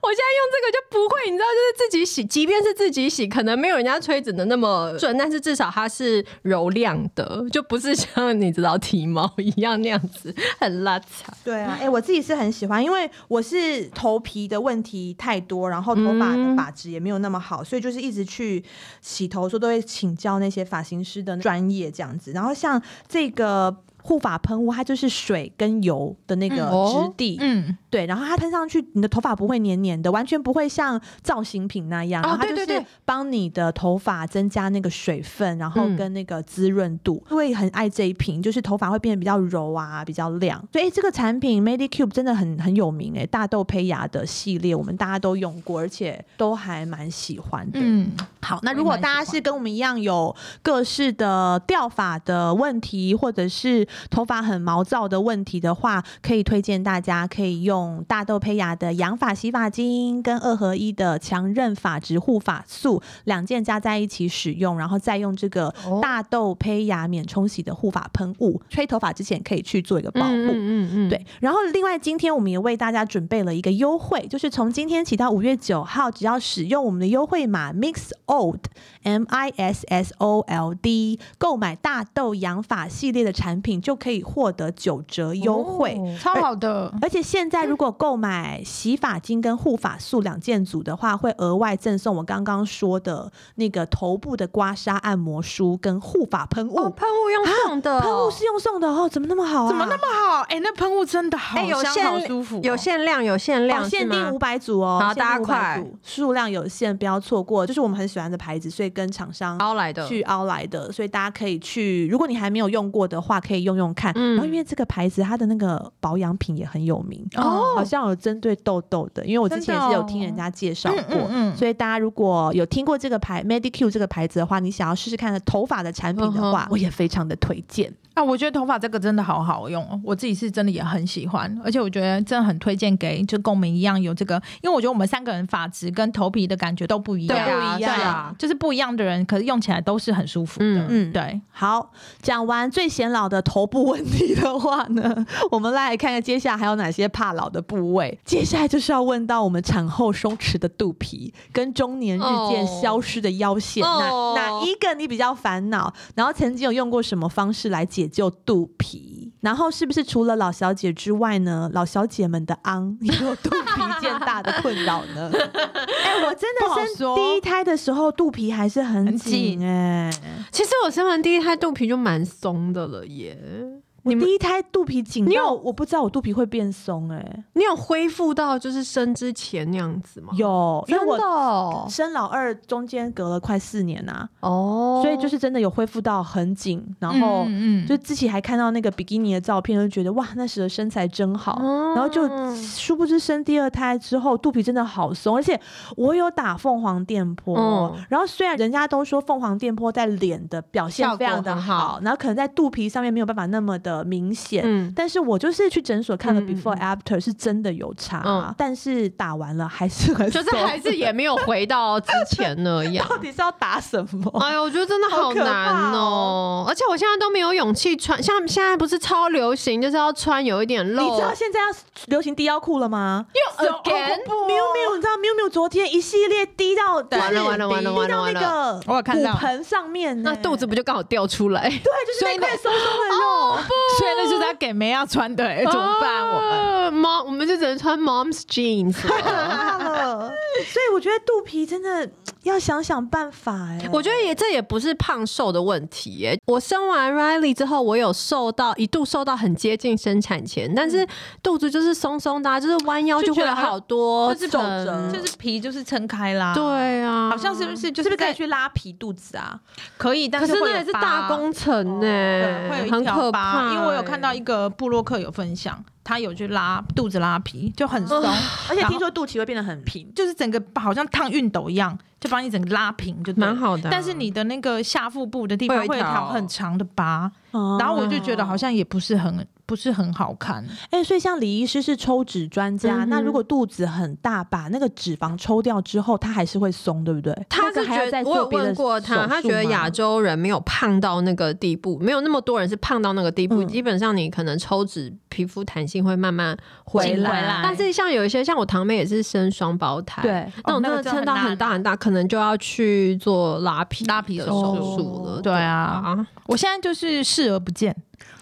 [SPEAKER 2] 我现在用这个就不会，你知道，就是自己洗，即便是自己洗，可能没有人家吹整的那么准，但是至少它是柔亮的，就不是像你知道体毛一样那样子很邋遢。
[SPEAKER 1] 对啊，哎、我自己是很喜欢，因为我是头皮的问题太多，然后头发
[SPEAKER 3] 嗯
[SPEAKER 1] 的发质也没有那么好，所以就是一直去洗头的时候都会请教那些发型师的专业这样子。然后像这个。护发喷雾它就是水跟油的那个
[SPEAKER 3] 嗯
[SPEAKER 2] 哦
[SPEAKER 1] 质地，
[SPEAKER 3] 嗯，
[SPEAKER 1] 对，然后它喷上去，你的头发不会黏黏的，完全不会像造型品那样，
[SPEAKER 2] 哦
[SPEAKER 1] 然后它
[SPEAKER 2] 对
[SPEAKER 1] 就
[SPEAKER 2] 对
[SPEAKER 1] 是
[SPEAKER 2] 对
[SPEAKER 1] 帮你的头发增加那个水分，然后
[SPEAKER 2] 嗯
[SPEAKER 1] 跟那个滋润度。因为很爱这一瓶，就是头发会变得比较柔啊，比较亮。所以这个产品 Medicube 真的很很有名诶、欸大豆胚芽的系列我们大家都用过，而且都还蛮喜欢的。
[SPEAKER 3] 嗯，
[SPEAKER 1] 好，那
[SPEAKER 3] 我也
[SPEAKER 1] 如果
[SPEAKER 3] 蛮
[SPEAKER 1] 大家
[SPEAKER 3] 喜
[SPEAKER 1] 是跟我们一样有各式的掉发的问题，或者是头发很毛躁的问题的话，可以推荐大家可以用大豆胚芽的养发洗发精跟二合一的强韧发质护发素两件加在一起使用，然后再用这个
[SPEAKER 2] 哦
[SPEAKER 1] 大豆胚芽免冲洗的护发喷雾，吹头发之前可以去做一个保护。
[SPEAKER 2] 嗯嗯嗯，
[SPEAKER 1] 对，然后另外今天我们也为大家准备了一个优惠，就是从今天起到五月九号，只要使用我们的优惠码 Mix Old M I S S O L D 购买大豆养发系列的产品，就可以获得九折优惠。
[SPEAKER 2] 哦
[SPEAKER 3] 超好的，
[SPEAKER 1] 而且现在如果购买洗发精跟护发素两件组的话，会额外赠送我刚刚说的那个头部的刮痧按摩梳跟护发喷雾。
[SPEAKER 2] 哦，喷雾用送的哦，
[SPEAKER 1] 啊喷雾是用送的哦，怎么那么好啊？
[SPEAKER 3] 怎么那么好？哎、那喷雾真的好
[SPEAKER 2] 哎有
[SPEAKER 3] 香，
[SPEAKER 2] 限
[SPEAKER 3] 好舒服哦、
[SPEAKER 2] 有限量，有限量，
[SPEAKER 1] 哦、
[SPEAKER 2] 是
[SPEAKER 1] 限定
[SPEAKER 2] 吗
[SPEAKER 1] 五百组哦，
[SPEAKER 2] 好
[SPEAKER 1] 限定
[SPEAKER 2] 大家
[SPEAKER 1] 500
[SPEAKER 2] 快
[SPEAKER 1] 组，数量有限，不要错过。就是我们很喜欢的牌子，所以跟厂商
[SPEAKER 2] 包来的，
[SPEAKER 1] 去凹来的，所以大家可以去。如果你还没有用过的话，可以用用看。
[SPEAKER 2] 嗯
[SPEAKER 1] 然后因为这个牌子它的那个保养品也很有名
[SPEAKER 3] 哦
[SPEAKER 1] 好像有针对痘痘的，因为我之前也是有听人家介绍过。
[SPEAKER 2] 哦
[SPEAKER 3] 嗯嗯嗯
[SPEAKER 1] 所以大家如果有听过这个牌 Medicube 这个牌子的话，你想要试试看的头发的产品的话
[SPEAKER 2] 嗯哼
[SPEAKER 1] 我也非常的推荐。
[SPEAKER 3] 啊，我觉得头发这个真的好好用哦，我自己是真的也很喜欢，而且我觉得真的很推荐给就跟我们一样有这个，因为我觉得我们三个人发质跟头皮的感觉都不一样，
[SPEAKER 2] 对啊
[SPEAKER 3] 对
[SPEAKER 2] 是啊
[SPEAKER 3] 就是不一样的人，可是用起来都是很舒服的，
[SPEAKER 1] 嗯
[SPEAKER 3] 嗯
[SPEAKER 1] 嗯
[SPEAKER 3] 对，
[SPEAKER 1] 好，讲完最显老的头部问题的话呢， 我们来看看接下来还有哪些怕老的部位。接下来就是要问到我们产后松弛的肚皮跟中年日渐
[SPEAKER 2] 哦
[SPEAKER 1] 消失的腰线，
[SPEAKER 2] 哦
[SPEAKER 1] 哪哪一个你比较烦恼？然后曾经有用过什么方式来解救肚皮？然后是不是除了老小姐之外呢，老小姐们的昂也有肚皮渐大的困扰 呢？哎、我真
[SPEAKER 3] 不好
[SPEAKER 1] 的生
[SPEAKER 3] 说
[SPEAKER 1] 第一胎的时候肚皮还是很
[SPEAKER 3] 很
[SPEAKER 1] 紧
[SPEAKER 3] 紧
[SPEAKER 1] 哎、
[SPEAKER 2] 其实我生完第一胎肚皮就蛮松的了耶。
[SPEAKER 1] 我
[SPEAKER 2] 你们
[SPEAKER 1] 第一胎肚皮紧，
[SPEAKER 2] 你
[SPEAKER 1] 因
[SPEAKER 2] 有
[SPEAKER 1] 有我不知道我肚皮会变松哎、
[SPEAKER 2] 你有恢复到就是生之前那样子吗？
[SPEAKER 1] 有，因为
[SPEAKER 2] 真的
[SPEAKER 1] 我
[SPEAKER 2] 哦，
[SPEAKER 1] 生老二中间隔了快四年呐、
[SPEAKER 2] 哦
[SPEAKER 1] 所以就是真的有恢复到很紧，然后
[SPEAKER 3] 嗯
[SPEAKER 1] 就自己还看到那个比基尼的照片，就觉得哇，那时的身材真好。
[SPEAKER 2] 哦
[SPEAKER 1] 然后就殊不知生第二胎之后，肚皮真的好松，而且我有打凤凰电波。
[SPEAKER 2] 嗯
[SPEAKER 1] 然后虽然人家都说凤凰电波在脸的表现
[SPEAKER 2] 效
[SPEAKER 1] 非
[SPEAKER 2] 果
[SPEAKER 1] 常的
[SPEAKER 2] 很好
[SPEAKER 1] 然后可能在肚皮上面没有办法那么的明显，
[SPEAKER 2] 嗯，
[SPEAKER 1] 但是我就是去诊所看了
[SPEAKER 2] 嗯嗯
[SPEAKER 1] before after，是真的有差，
[SPEAKER 2] 嗯
[SPEAKER 1] 但是打完了还是很
[SPEAKER 2] 就是
[SPEAKER 1] 松
[SPEAKER 2] 还是也没有回到之前那 样。
[SPEAKER 1] 到底是要打什么？
[SPEAKER 2] 哎呀，我觉得真的好难哦、而且我现在都没有勇气穿，像现在不是超流行，就是要穿有一点露，
[SPEAKER 1] 你知道现在要流行低腰裤了吗？
[SPEAKER 2] 又 again，
[SPEAKER 1] miu miu，你知道 miu miu 昨天一系列低到就是
[SPEAKER 2] 啊完了完了完了
[SPEAKER 1] 低
[SPEAKER 2] 完了
[SPEAKER 1] 到那
[SPEAKER 2] 完了，
[SPEAKER 1] 个
[SPEAKER 3] 我有看到
[SPEAKER 1] 骨盆上面呢，
[SPEAKER 2] 那肚子不就刚好掉出 来？
[SPEAKER 1] 对，就是那块松松的肉。
[SPEAKER 2] 哦啊
[SPEAKER 3] 所以那就是要给梅要穿的、哎，怎么办？我们。
[SPEAKER 2] 们啊妈，我们就只能穿 mom's jeans
[SPEAKER 1] 太
[SPEAKER 2] 了。
[SPEAKER 1] 可怕了，所以我觉得肚皮真的要想想办法哎、
[SPEAKER 2] 我
[SPEAKER 3] 嗯
[SPEAKER 2] 觉得也这也不是胖瘦的问题耶。我生完 Riley 之后，我有瘦到一度瘦到很接近生产前，但是肚子就是松松的、啊，就是弯腰
[SPEAKER 3] 嗯
[SPEAKER 2] 就
[SPEAKER 3] 就觉
[SPEAKER 2] 会
[SPEAKER 3] 得
[SPEAKER 2] 有好多
[SPEAKER 1] 就是
[SPEAKER 2] 层
[SPEAKER 1] 皱褶
[SPEAKER 3] 就是皮就是撑开啦，，
[SPEAKER 2] 对啊，
[SPEAKER 3] 好像是不是就是是
[SPEAKER 1] 不是可
[SPEAKER 3] 在
[SPEAKER 1] 以去拉皮肚子啊？
[SPEAKER 3] 可以，但
[SPEAKER 2] 可是
[SPEAKER 3] 会有
[SPEAKER 2] 那也是
[SPEAKER 3] 疤哦
[SPEAKER 2] 大工程呢、
[SPEAKER 3] 对，会有一
[SPEAKER 2] 很
[SPEAKER 3] 条
[SPEAKER 2] 可
[SPEAKER 3] 疤
[SPEAKER 2] 怕。欸
[SPEAKER 3] 因为我有看到一个布洛克有分享，他有去拉肚子拉皮，就很
[SPEAKER 2] 啊
[SPEAKER 3] 松，
[SPEAKER 1] 而且
[SPEAKER 3] 然后
[SPEAKER 1] 听说肚脐会变得很平，
[SPEAKER 3] 就是整个好像烫熨斗一样，就把你整个拉平就对了
[SPEAKER 2] 蛮。好的啊、
[SPEAKER 3] 但是你的那个下腹部的地方
[SPEAKER 2] 会有
[SPEAKER 3] 会
[SPEAKER 2] 一
[SPEAKER 3] 有一条
[SPEAKER 2] 条啊
[SPEAKER 3] 很长的疤，
[SPEAKER 1] 然
[SPEAKER 3] 然后我就觉得好像也不是很不是很好看。
[SPEAKER 1] 哎、所以像李医师是抽脂专家，
[SPEAKER 2] 嗯哼
[SPEAKER 1] 那如果肚子很大，把那个脂肪抽掉之后，它还是会松，对不对？
[SPEAKER 2] 他
[SPEAKER 1] 那个
[SPEAKER 2] 是
[SPEAKER 1] 还要
[SPEAKER 2] 觉
[SPEAKER 1] 再
[SPEAKER 2] 得，我
[SPEAKER 1] 做
[SPEAKER 2] 有
[SPEAKER 1] 别的
[SPEAKER 2] 问过他，他
[SPEAKER 1] 手
[SPEAKER 2] 觉
[SPEAKER 1] 术
[SPEAKER 2] 得
[SPEAKER 1] 吗
[SPEAKER 2] 亚洲人没有胖到那个地步，没有那么多人是胖到那个地步。
[SPEAKER 1] 嗯
[SPEAKER 2] 基本上你可能抽脂，皮肤弹性会慢慢回
[SPEAKER 3] 进
[SPEAKER 2] 来。
[SPEAKER 3] 回来
[SPEAKER 2] 但是像有一些，像我堂妹也是生双胞胎，，
[SPEAKER 1] 对，
[SPEAKER 2] 那
[SPEAKER 3] 哦
[SPEAKER 2] 种真的撑到很大很大，可能就要去做拉皮
[SPEAKER 3] 拉皮
[SPEAKER 2] 的
[SPEAKER 3] 手
[SPEAKER 2] 手
[SPEAKER 1] 术
[SPEAKER 2] 术了。
[SPEAKER 3] 对啊，我现在就是视而不见，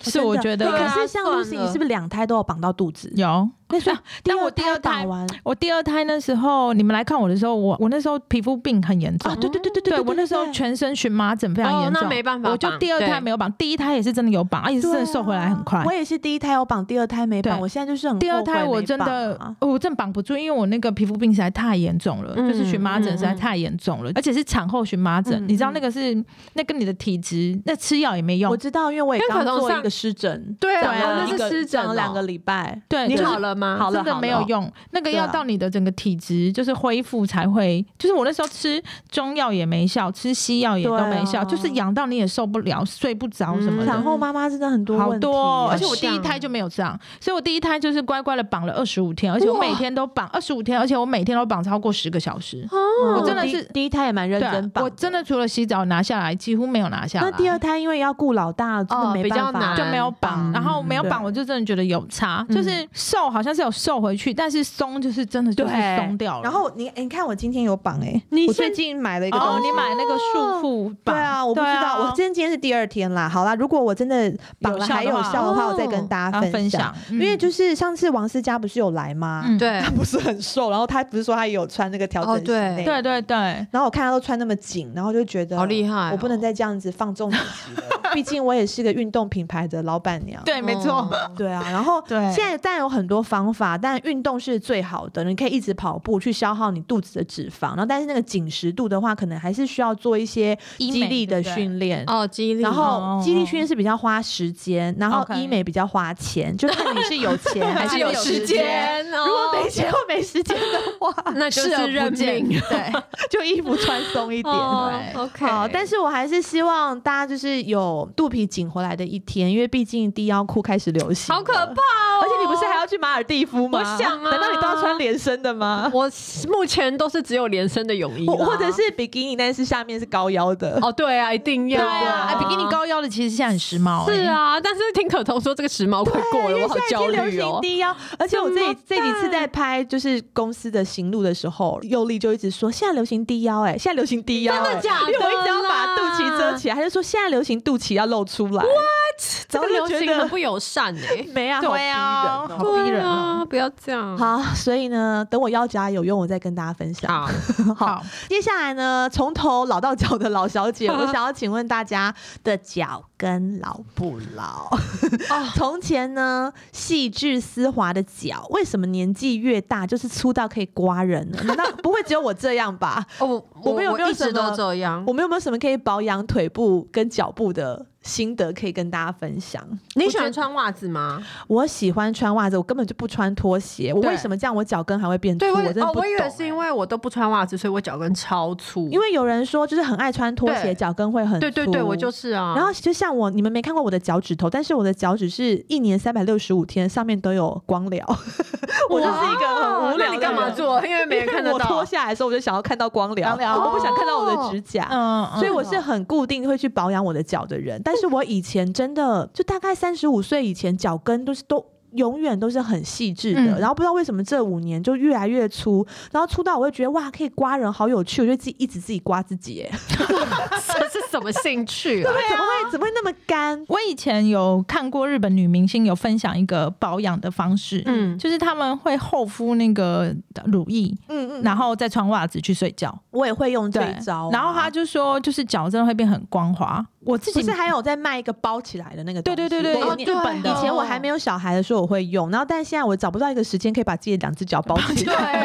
[SPEAKER 3] 是我觉
[SPEAKER 1] 真的
[SPEAKER 3] 得
[SPEAKER 1] 哎
[SPEAKER 2] 对啊
[SPEAKER 1] 可是像
[SPEAKER 2] 算
[SPEAKER 1] Lucy，
[SPEAKER 2] 了
[SPEAKER 1] 你是不是两胎都有绑到肚子？
[SPEAKER 3] 有
[SPEAKER 1] 那所以
[SPEAKER 3] 但我第二
[SPEAKER 1] 打
[SPEAKER 3] 胎
[SPEAKER 1] 完
[SPEAKER 3] 我第二胎那时候，你们来看我的时候，我我那时候皮肤病很严重
[SPEAKER 1] 啊，，对对对对
[SPEAKER 3] 对
[SPEAKER 1] 对，
[SPEAKER 3] 我那时候
[SPEAKER 1] 对
[SPEAKER 3] 全身荨麻疹非常严重，
[SPEAKER 2] 哦那没办法
[SPEAKER 3] 我就
[SPEAKER 2] 绑
[SPEAKER 3] 第二胎
[SPEAKER 2] 对
[SPEAKER 3] 没有绑，第一胎也是真的有绑，而且是真
[SPEAKER 1] 对
[SPEAKER 3] 的
[SPEAKER 1] 啊
[SPEAKER 3] 瘦回来很快
[SPEAKER 1] 我。也是第一胎有绑，第二胎没绑，
[SPEAKER 3] 对
[SPEAKER 1] 我现在就是很
[SPEAKER 3] 第二
[SPEAKER 1] 后悔
[SPEAKER 3] 胎我
[SPEAKER 1] 没
[SPEAKER 3] 真
[SPEAKER 1] 绑
[SPEAKER 3] 的
[SPEAKER 1] 啊，
[SPEAKER 3] 我真的绑不住，因为我那个皮肤病实在太严重了，
[SPEAKER 2] 嗯
[SPEAKER 3] 就是荨麻疹实在
[SPEAKER 2] 嗯嗯
[SPEAKER 3] 太严重了，而且是产后荨麻疹，
[SPEAKER 1] 嗯
[SPEAKER 3] 你知道
[SPEAKER 1] 嗯
[SPEAKER 3] 那个是那跟你的体质，那吃药也没用
[SPEAKER 1] 我，知道，因为我也
[SPEAKER 2] 因为
[SPEAKER 1] 刚
[SPEAKER 2] 可能
[SPEAKER 1] 做一
[SPEAKER 2] 上
[SPEAKER 1] 个湿疹，
[SPEAKER 3] 对
[SPEAKER 1] 长
[SPEAKER 3] 啊
[SPEAKER 1] 了
[SPEAKER 3] 那
[SPEAKER 1] 一
[SPEAKER 2] 是
[SPEAKER 1] 个
[SPEAKER 2] 湿疹
[SPEAKER 1] 长了两
[SPEAKER 2] 哦
[SPEAKER 1] 个礼拜，
[SPEAKER 3] 对
[SPEAKER 1] 你
[SPEAKER 2] 你
[SPEAKER 3] 就是
[SPEAKER 2] 好了吗？
[SPEAKER 1] 好了
[SPEAKER 3] 真的没有用，那个
[SPEAKER 1] 对
[SPEAKER 3] 要
[SPEAKER 1] 啊
[SPEAKER 3] 到你的整个体质就是恢复才会，就是我那时候吃中药也没效，吃西药也都
[SPEAKER 1] 对啊
[SPEAKER 3] 没效，就是痒到你也受不了，睡不着什么的。
[SPEAKER 2] 嗯
[SPEAKER 1] 产后妈妈真的很多
[SPEAKER 3] 好
[SPEAKER 1] 问
[SPEAKER 3] 多、
[SPEAKER 1] 题
[SPEAKER 3] 哦，
[SPEAKER 1] 啊
[SPEAKER 3] 而且我第一
[SPEAKER 2] 像
[SPEAKER 3] 胎就没有这样，所以我第一胎就是乖乖的绑了二十五天，而且我每天都绑二十五天，而且我每天都绑超过十个小时。
[SPEAKER 2] 哦，
[SPEAKER 1] 嗯
[SPEAKER 3] 我真的
[SPEAKER 1] 第
[SPEAKER 3] 是
[SPEAKER 1] 第一胎也蛮认
[SPEAKER 3] 对啊、
[SPEAKER 1] 真绑，
[SPEAKER 3] 我真的。啊除了洗澡拿下来，几乎没有拿下来。
[SPEAKER 1] 那第二胎因为要顾老大，真的
[SPEAKER 2] 哦
[SPEAKER 1] 没
[SPEAKER 2] 比较
[SPEAKER 1] 办法，
[SPEAKER 2] 难
[SPEAKER 3] 就没有绑，
[SPEAKER 2] 嗯
[SPEAKER 3] 然后没有绑，
[SPEAKER 1] 对
[SPEAKER 3] 我就真的觉得有差，
[SPEAKER 1] 嗯
[SPEAKER 3] 就是瘦好像是有瘦回去，但是松就是真的就是
[SPEAKER 1] 对
[SPEAKER 3] 松掉了。
[SPEAKER 1] 然后你、诶你看我今天有绑哎、
[SPEAKER 2] 你
[SPEAKER 1] 我
[SPEAKER 2] 现
[SPEAKER 1] 最近买了一个东
[SPEAKER 3] 哦，
[SPEAKER 1] 西。
[SPEAKER 3] 你买那个束缚
[SPEAKER 1] 对
[SPEAKER 3] 绑？
[SPEAKER 1] 啊，我不知
[SPEAKER 3] 哦对
[SPEAKER 1] 道，我今天今天是第二天啦。好啦，如果我真的绑了还有
[SPEAKER 3] 有效的话
[SPEAKER 1] 效的话，我再跟大
[SPEAKER 3] 啊
[SPEAKER 1] 家分
[SPEAKER 3] 分
[SPEAKER 1] 享。
[SPEAKER 3] 享，因
[SPEAKER 1] 因为就是上次王思佳不是有来吗？
[SPEAKER 3] 嗯
[SPEAKER 2] 对
[SPEAKER 1] 她，不是很瘦，然后她不是说她也有穿那个调整
[SPEAKER 2] 哦
[SPEAKER 1] 型
[SPEAKER 2] 对
[SPEAKER 1] 内
[SPEAKER 3] 对对对，
[SPEAKER 1] 然后我看她都穿那么紧，然后就觉得
[SPEAKER 2] 好厉害哦
[SPEAKER 1] 我不能再这样子放纵自己了。毕竟我也是个运动品牌的老板娘。
[SPEAKER 3] 对，没错，
[SPEAKER 2] 哦
[SPEAKER 1] 对啊，然后
[SPEAKER 3] 对
[SPEAKER 1] 现在当然有很多方法，但运动是最好的，你可以一直跑步去消耗你肚子的脂肪，然后但是那个紧实度的话，可能还是需要做一些
[SPEAKER 3] 医
[SPEAKER 1] 肌
[SPEAKER 3] 美
[SPEAKER 1] 力
[SPEAKER 3] 对
[SPEAKER 1] 的
[SPEAKER 3] 不对
[SPEAKER 1] 训练。
[SPEAKER 2] 哦，激励，
[SPEAKER 1] 然
[SPEAKER 3] 哦
[SPEAKER 1] 后肌力训练是比较花时间，然后
[SPEAKER 3] OK
[SPEAKER 1] 医美比较花钱，就看你是有 钱还是
[SPEAKER 3] 有
[SPEAKER 1] 时
[SPEAKER 3] 时间
[SPEAKER 2] 哦
[SPEAKER 1] 如果没钱或没时间的话，
[SPEAKER 2] 那就
[SPEAKER 3] 视而
[SPEAKER 2] 是
[SPEAKER 3] 不
[SPEAKER 2] 认
[SPEAKER 3] 见
[SPEAKER 2] 命。
[SPEAKER 3] 对，
[SPEAKER 1] 就衣服穿松一点。
[SPEAKER 2] 哦，OK，
[SPEAKER 1] 好，但是我还是希望大家就是有肚皮紧回来的一天，因为毕竟低腰裤开始流行，
[SPEAKER 2] 好可怕。哦！
[SPEAKER 1] 而且你不是还要去马尔蒂夫吗？
[SPEAKER 2] 我想啊
[SPEAKER 1] 难道你都要穿连身的吗？
[SPEAKER 2] 我目前都是只有连身的泳衣啦，
[SPEAKER 1] 或或者是比基尼，但是下面是高腰的。
[SPEAKER 2] 啊哦，对啊，一定
[SPEAKER 3] 对
[SPEAKER 2] 要
[SPEAKER 3] 啊，哎，比基尼高腰的其实现在很时髦，哎
[SPEAKER 2] 是，啊，但是听可彤说这个时髦快过了，我好焦
[SPEAKER 1] 流
[SPEAKER 2] 虑
[SPEAKER 1] 行
[SPEAKER 2] 哦。
[SPEAKER 1] 低腰，而且我这
[SPEAKER 2] 怎么办
[SPEAKER 1] 这几次在拍就是公司的行路的时候，佑力就一直说现在流行低腰、哎，现在流行低腰、哎
[SPEAKER 2] 真的假
[SPEAKER 1] 因
[SPEAKER 2] 的
[SPEAKER 1] 为我一直要把肚脐遮起来，他就说现在流行肚脐要露出来。What？
[SPEAKER 2] 这
[SPEAKER 1] 然
[SPEAKER 2] 个
[SPEAKER 1] 后就
[SPEAKER 2] 流
[SPEAKER 1] 觉
[SPEAKER 2] 行很
[SPEAKER 1] 得
[SPEAKER 2] 不友善哎、
[SPEAKER 1] 没 啊，好逼
[SPEAKER 3] 对
[SPEAKER 1] 人
[SPEAKER 3] 啊
[SPEAKER 1] 哦。
[SPEAKER 3] 好逼人哦
[SPEAKER 2] 啊，不要这样。
[SPEAKER 1] 好，所以呢，等我腰夹有用，我再跟大家分享。
[SPEAKER 2] 好，
[SPEAKER 3] 哎好，
[SPEAKER 1] 接下来呢，从头老到脚的老小 姐，我想要请问大家的脚跟老不老？
[SPEAKER 2] 哦
[SPEAKER 1] 从前呢，细致丝滑的脚，为什么年纪越大就是粗到可以刮人呢？难 道不会只有我这样吧？
[SPEAKER 2] 哦，
[SPEAKER 1] 我们有没有
[SPEAKER 2] 一直
[SPEAKER 1] 什么
[SPEAKER 2] 都这样？
[SPEAKER 1] 我们有没有什么可以保养腿部跟脚部的心得可以跟大家分享？
[SPEAKER 2] 你喜欢穿袜子吗？
[SPEAKER 1] 我喜欢穿袜子，我根本就不穿拖鞋。我
[SPEAKER 3] 对
[SPEAKER 1] 为什么这样？我脚跟还会变粗？
[SPEAKER 2] 对，我
[SPEAKER 1] 我真的
[SPEAKER 2] 哦，
[SPEAKER 1] 不懂、欸
[SPEAKER 2] 我以为是因为我都不穿袜子，所以我脚跟超粗。
[SPEAKER 1] 因为有人说，就是很爱穿拖鞋，
[SPEAKER 2] 对
[SPEAKER 1] 脚跟会很粗。
[SPEAKER 2] 对对对，我就是啊。
[SPEAKER 1] 然后就像我，你们没看过我的脚趾头，但是我的脚趾是一年三百六十五天上面都有光疗， 我就是一个很无
[SPEAKER 2] 哦
[SPEAKER 1] 聊
[SPEAKER 2] 那
[SPEAKER 1] 的人。
[SPEAKER 2] 你干嘛做？因为没人看
[SPEAKER 1] 因
[SPEAKER 2] 得
[SPEAKER 1] 为我脱
[SPEAKER 2] 到。啊哦
[SPEAKER 1] 下来的时候，我就想要看到光疗，
[SPEAKER 3] 光疗
[SPEAKER 1] 我不想看到我的指甲。
[SPEAKER 3] 嗯，嗯
[SPEAKER 1] 所以我是很固定会去保养我的脚的人，但是我以前真的就大概三十五岁以前，脚跟都是都永远都是很细致的，
[SPEAKER 3] 嗯
[SPEAKER 1] 然后不知道为什么这五年就越来越粗，然后粗到我会觉得哇可以刮人，好有趣，我就自己一直自己刮自己，哎，
[SPEAKER 2] 这是什么兴趣 啊？
[SPEAKER 1] 怎么会怎么会那么干？
[SPEAKER 3] 我以前有看过日本女明星有分享一个保养的方式，
[SPEAKER 2] 嗯
[SPEAKER 3] 就是他们会厚敷那个乳液，
[SPEAKER 1] 嗯嗯，
[SPEAKER 3] 然后再穿袜子去睡觉。
[SPEAKER 1] 我也会用这
[SPEAKER 3] 对
[SPEAKER 1] 一招啊、
[SPEAKER 3] 然后他就说，就是脚真的会变很光滑。我自
[SPEAKER 1] 不
[SPEAKER 3] 己
[SPEAKER 1] 是还有在卖一个包起来的那个东
[SPEAKER 3] 对
[SPEAKER 1] 西？
[SPEAKER 3] 对对对，
[SPEAKER 1] 我
[SPEAKER 2] 哦
[SPEAKER 1] 以
[SPEAKER 3] 日
[SPEAKER 1] 前
[SPEAKER 3] 本的
[SPEAKER 1] 以前我还没有小孩的时候我会用，然后但现在我找不到一个时间可以把自己的两只脚包起
[SPEAKER 2] 对
[SPEAKER 1] 来。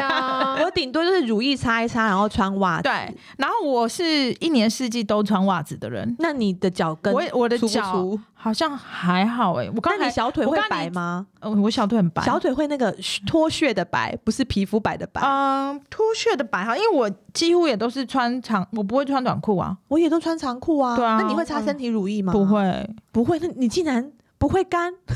[SPEAKER 2] 啊，
[SPEAKER 1] 我顶多就是乳液擦一擦，然后穿袜子。
[SPEAKER 3] 对，然后我是一年四季都穿袜子的人，
[SPEAKER 1] 那你的脚跟，
[SPEAKER 3] 我我的
[SPEAKER 1] 粗不
[SPEAKER 3] 脚
[SPEAKER 1] 粗
[SPEAKER 3] 好像还好哎、我刚
[SPEAKER 1] 那
[SPEAKER 3] 才
[SPEAKER 1] 你小腿
[SPEAKER 3] 我
[SPEAKER 1] 会
[SPEAKER 3] 刚才
[SPEAKER 1] 白吗？
[SPEAKER 3] 呃我小腿很白，
[SPEAKER 1] 小腿会那个脱屑的白，不是皮肤白的白。
[SPEAKER 3] 嗯脱屑的白哈，因为我几乎也都是穿长，我不会穿短裤啊，
[SPEAKER 1] 我也都穿长裤啊。
[SPEAKER 3] 对啊
[SPEAKER 1] 那你会擦身体乳液吗？
[SPEAKER 3] 不，会。
[SPEAKER 1] 不会。那你竟然不会干？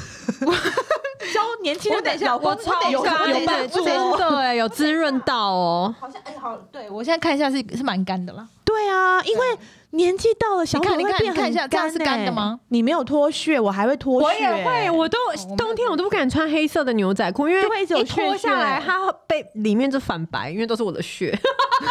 [SPEAKER 1] 教年轻人的脚光有
[SPEAKER 2] 干
[SPEAKER 1] 有帮助
[SPEAKER 2] 我等一下
[SPEAKER 1] 哦。
[SPEAKER 2] 对，欸有滋润到哦。
[SPEAKER 3] 好像哎、好，对我现在看一下是是蛮干的啦。
[SPEAKER 1] 对啊，因为年纪到了，小腿
[SPEAKER 3] 你看你
[SPEAKER 1] 会变
[SPEAKER 3] 看你看
[SPEAKER 1] 很
[SPEAKER 3] 一下这样是
[SPEAKER 1] 干
[SPEAKER 3] 干的吗
[SPEAKER 1] 欸？你没有脱屑，我还会脱屑。
[SPEAKER 2] 我也会，我都
[SPEAKER 3] 哦我们
[SPEAKER 2] 冬天我都不敢穿黑色的牛仔裤，因为
[SPEAKER 1] 就会一直有
[SPEAKER 2] 脱
[SPEAKER 1] 屑屑
[SPEAKER 2] 下来，它被里面就反白，因为都是我的血。
[SPEAKER 3] 但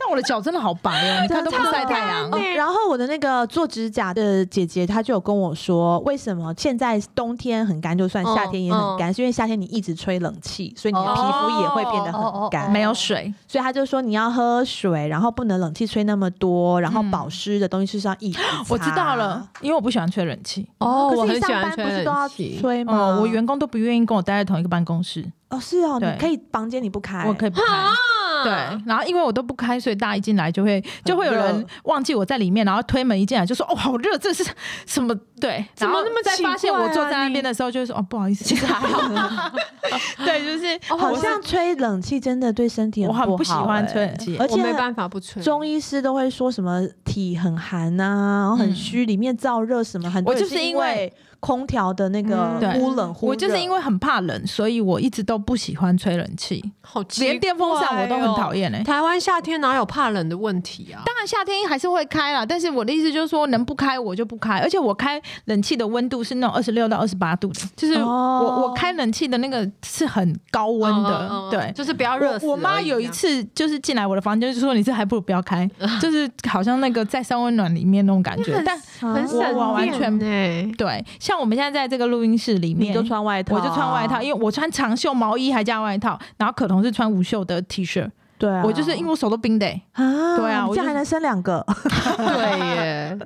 [SPEAKER 3] 但我的脚真的好白 哦，你看都不晒太阳。
[SPEAKER 1] 哦，然后我的那个做指甲的姐姐，她就有跟我说，为什么现在冬天很干，就算
[SPEAKER 3] 哦
[SPEAKER 1] 夏天也很干，是因为夏天你一直吹冷气，所以你的皮肤也会变
[SPEAKER 3] 哦
[SPEAKER 1] 得很干，
[SPEAKER 3] 没有水。
[SPEAKER 1] 所以她就说你要喝水，然后不能冷气吹那么多，然后保湿的东西就是要一直。
[SPEAKER 3] 我知道了，因为我不喜欢吹冷气。
[SPEAKER 2] 哦，我
[SPEAKER 1] 可是你
[SPEAKER 2] 很喜
[SPEAKER 1] 上
[SPEAKER 2] 欢
[SPEAKER 1] 班
[SPEAKER 2] 吹
[SPEAKER 1] 不是都要
[SPEAKER 2] 冷气。
[SPEAKER 1] 吹吗？
[SPEAKER 3] 哦，我员工都不愿意跟我待在同一个办公室，
[SPEAKER 1] 哦是哦，
[SPEAKER 3] 对
[SPEAKER 1] 你可以房间你不开，
[SPEAKER 3] 我可以不
[SPEAKER 2] 啊
[SPEAKER 3] 开。对，然后因为我都不开，所以大家一进来就会就会有人忘记我在里面，然后推门一进来就说：“哦，好热，这是什么？”对，
[SPEAKER 2] 怎么
[SPEAKER 3] 然后
[SPEAKER 2] 那么
[SPEAKER 3] 在
[SPEAKER 2] 奇
[SPEAKER 3] 发现
[SPEAKER 2] 怪
[SPEAKER 3] 我
[SPEAKER 2] 啊
[SPEAKER 3] 坐在那
[SPEAKER 2] 你
[SPEAKER 3] 边的时候，就会说：“哦，不好意思，其实还好。” 对，就是
[SPEAKER 2] 哦
[SPEAKER 1] 好
[SPEAKER 3] 我是
[SPEAKER 1] 像吹冷气真的对身体
[SPEAKER 3] 我很
[SPEAKER 1] 不
[SPEAKER 3] 不喜欢
[SPEAKER 1] 好
[SPEAKER 3] 吹冷
[SPEAKER 1] 欸
[SPEAKER 3] 气
[SPEAKER 1] 而
[SPEAKER 2] 我
[SPEAKER 1] 且
[SPEAKER 2] 没办法不吹。
[SPEAKER 1] 中医师都会说什么体很寒呐、然后很虚，里面燥热什么，很多
[SPEAKER 3] 嗯我
[SPEAKER 1] 人
[SPEAKER 3] 就是因
[SPEAKER 1] 因
[SPEAKER 3] 为
[SPEAKER 1] 为空调的那个
[SPEAKER 2] 嗯
[SPEAKER 3] 对
[SPEAKER 1] 忽冷忽热，
[SPEAKER 3] 我就是因为很怕冷，所以我一直都不喜欢吹冷气，
[SPEAKER 2] 好奇哦怪哦，
[SPEAKER 3] 连电风扇我都很讨厌哎。
[SPEAKER 2] 台湾夏天哪有怕冷的问题啊？
[SPEAKER 3] 当然夏天还是会开啦，但是我的意思就是说，能不开我就不开，而且我开冷气的温度是那种二十六到二十八度的，就是我、
[SPEAKER 1] 哦
[SPEAKER 3] 我开冷气的那个是很高温的，
[SPEAKER 2] 嗯嗯嗯嗯
[SPEAKER 3] 对。
[SPEAKER 2] 就是不要热死
[SPEAKER 3] 我我妈
[SPEAKER 2] 而已
[SPEAKER 3] 有
[SPEAKER 2] 啊
[SPEAKER 3] 一次就是进来我的房间，就说你这还不如不要开，就是好像那个在三温暖里面那种感 觉。但
[SPEAKER 2] 很
[SPEAKER 1] 啊
[SPEAKER 2] 省电
[SPEAKER 3] 我我完全
[SPEAKER 2] 欸
[SPEAKER 3] 对，像我们现在在这个录音室里
[SPEAKER 1] 你
[SPEAKER 3] 面，
[SPEAKER 1] 就穿外套
[SPEAKER 3] 我
[SPEAKER 1] 啊，
[SPEAKER 3] 就穿外套，因为我穿长袖毛衣还加外套，然后可彤是穿无袖的 T 恤，
[SPEAKER 1] 对啊，
[SPEAKER 3] 我就是因为我手都冰的、欸
[SPEAKER 1] 啊，
[SPEAKER 3] 对啊
[SPEAKER 1] 你
[SPEAKER 3] 我
[SPEAKER 1] 这样
[SPEAKER 3] 就
[SPEAKER 1] 还能生两个。
[SPEAKER 2] 对耶，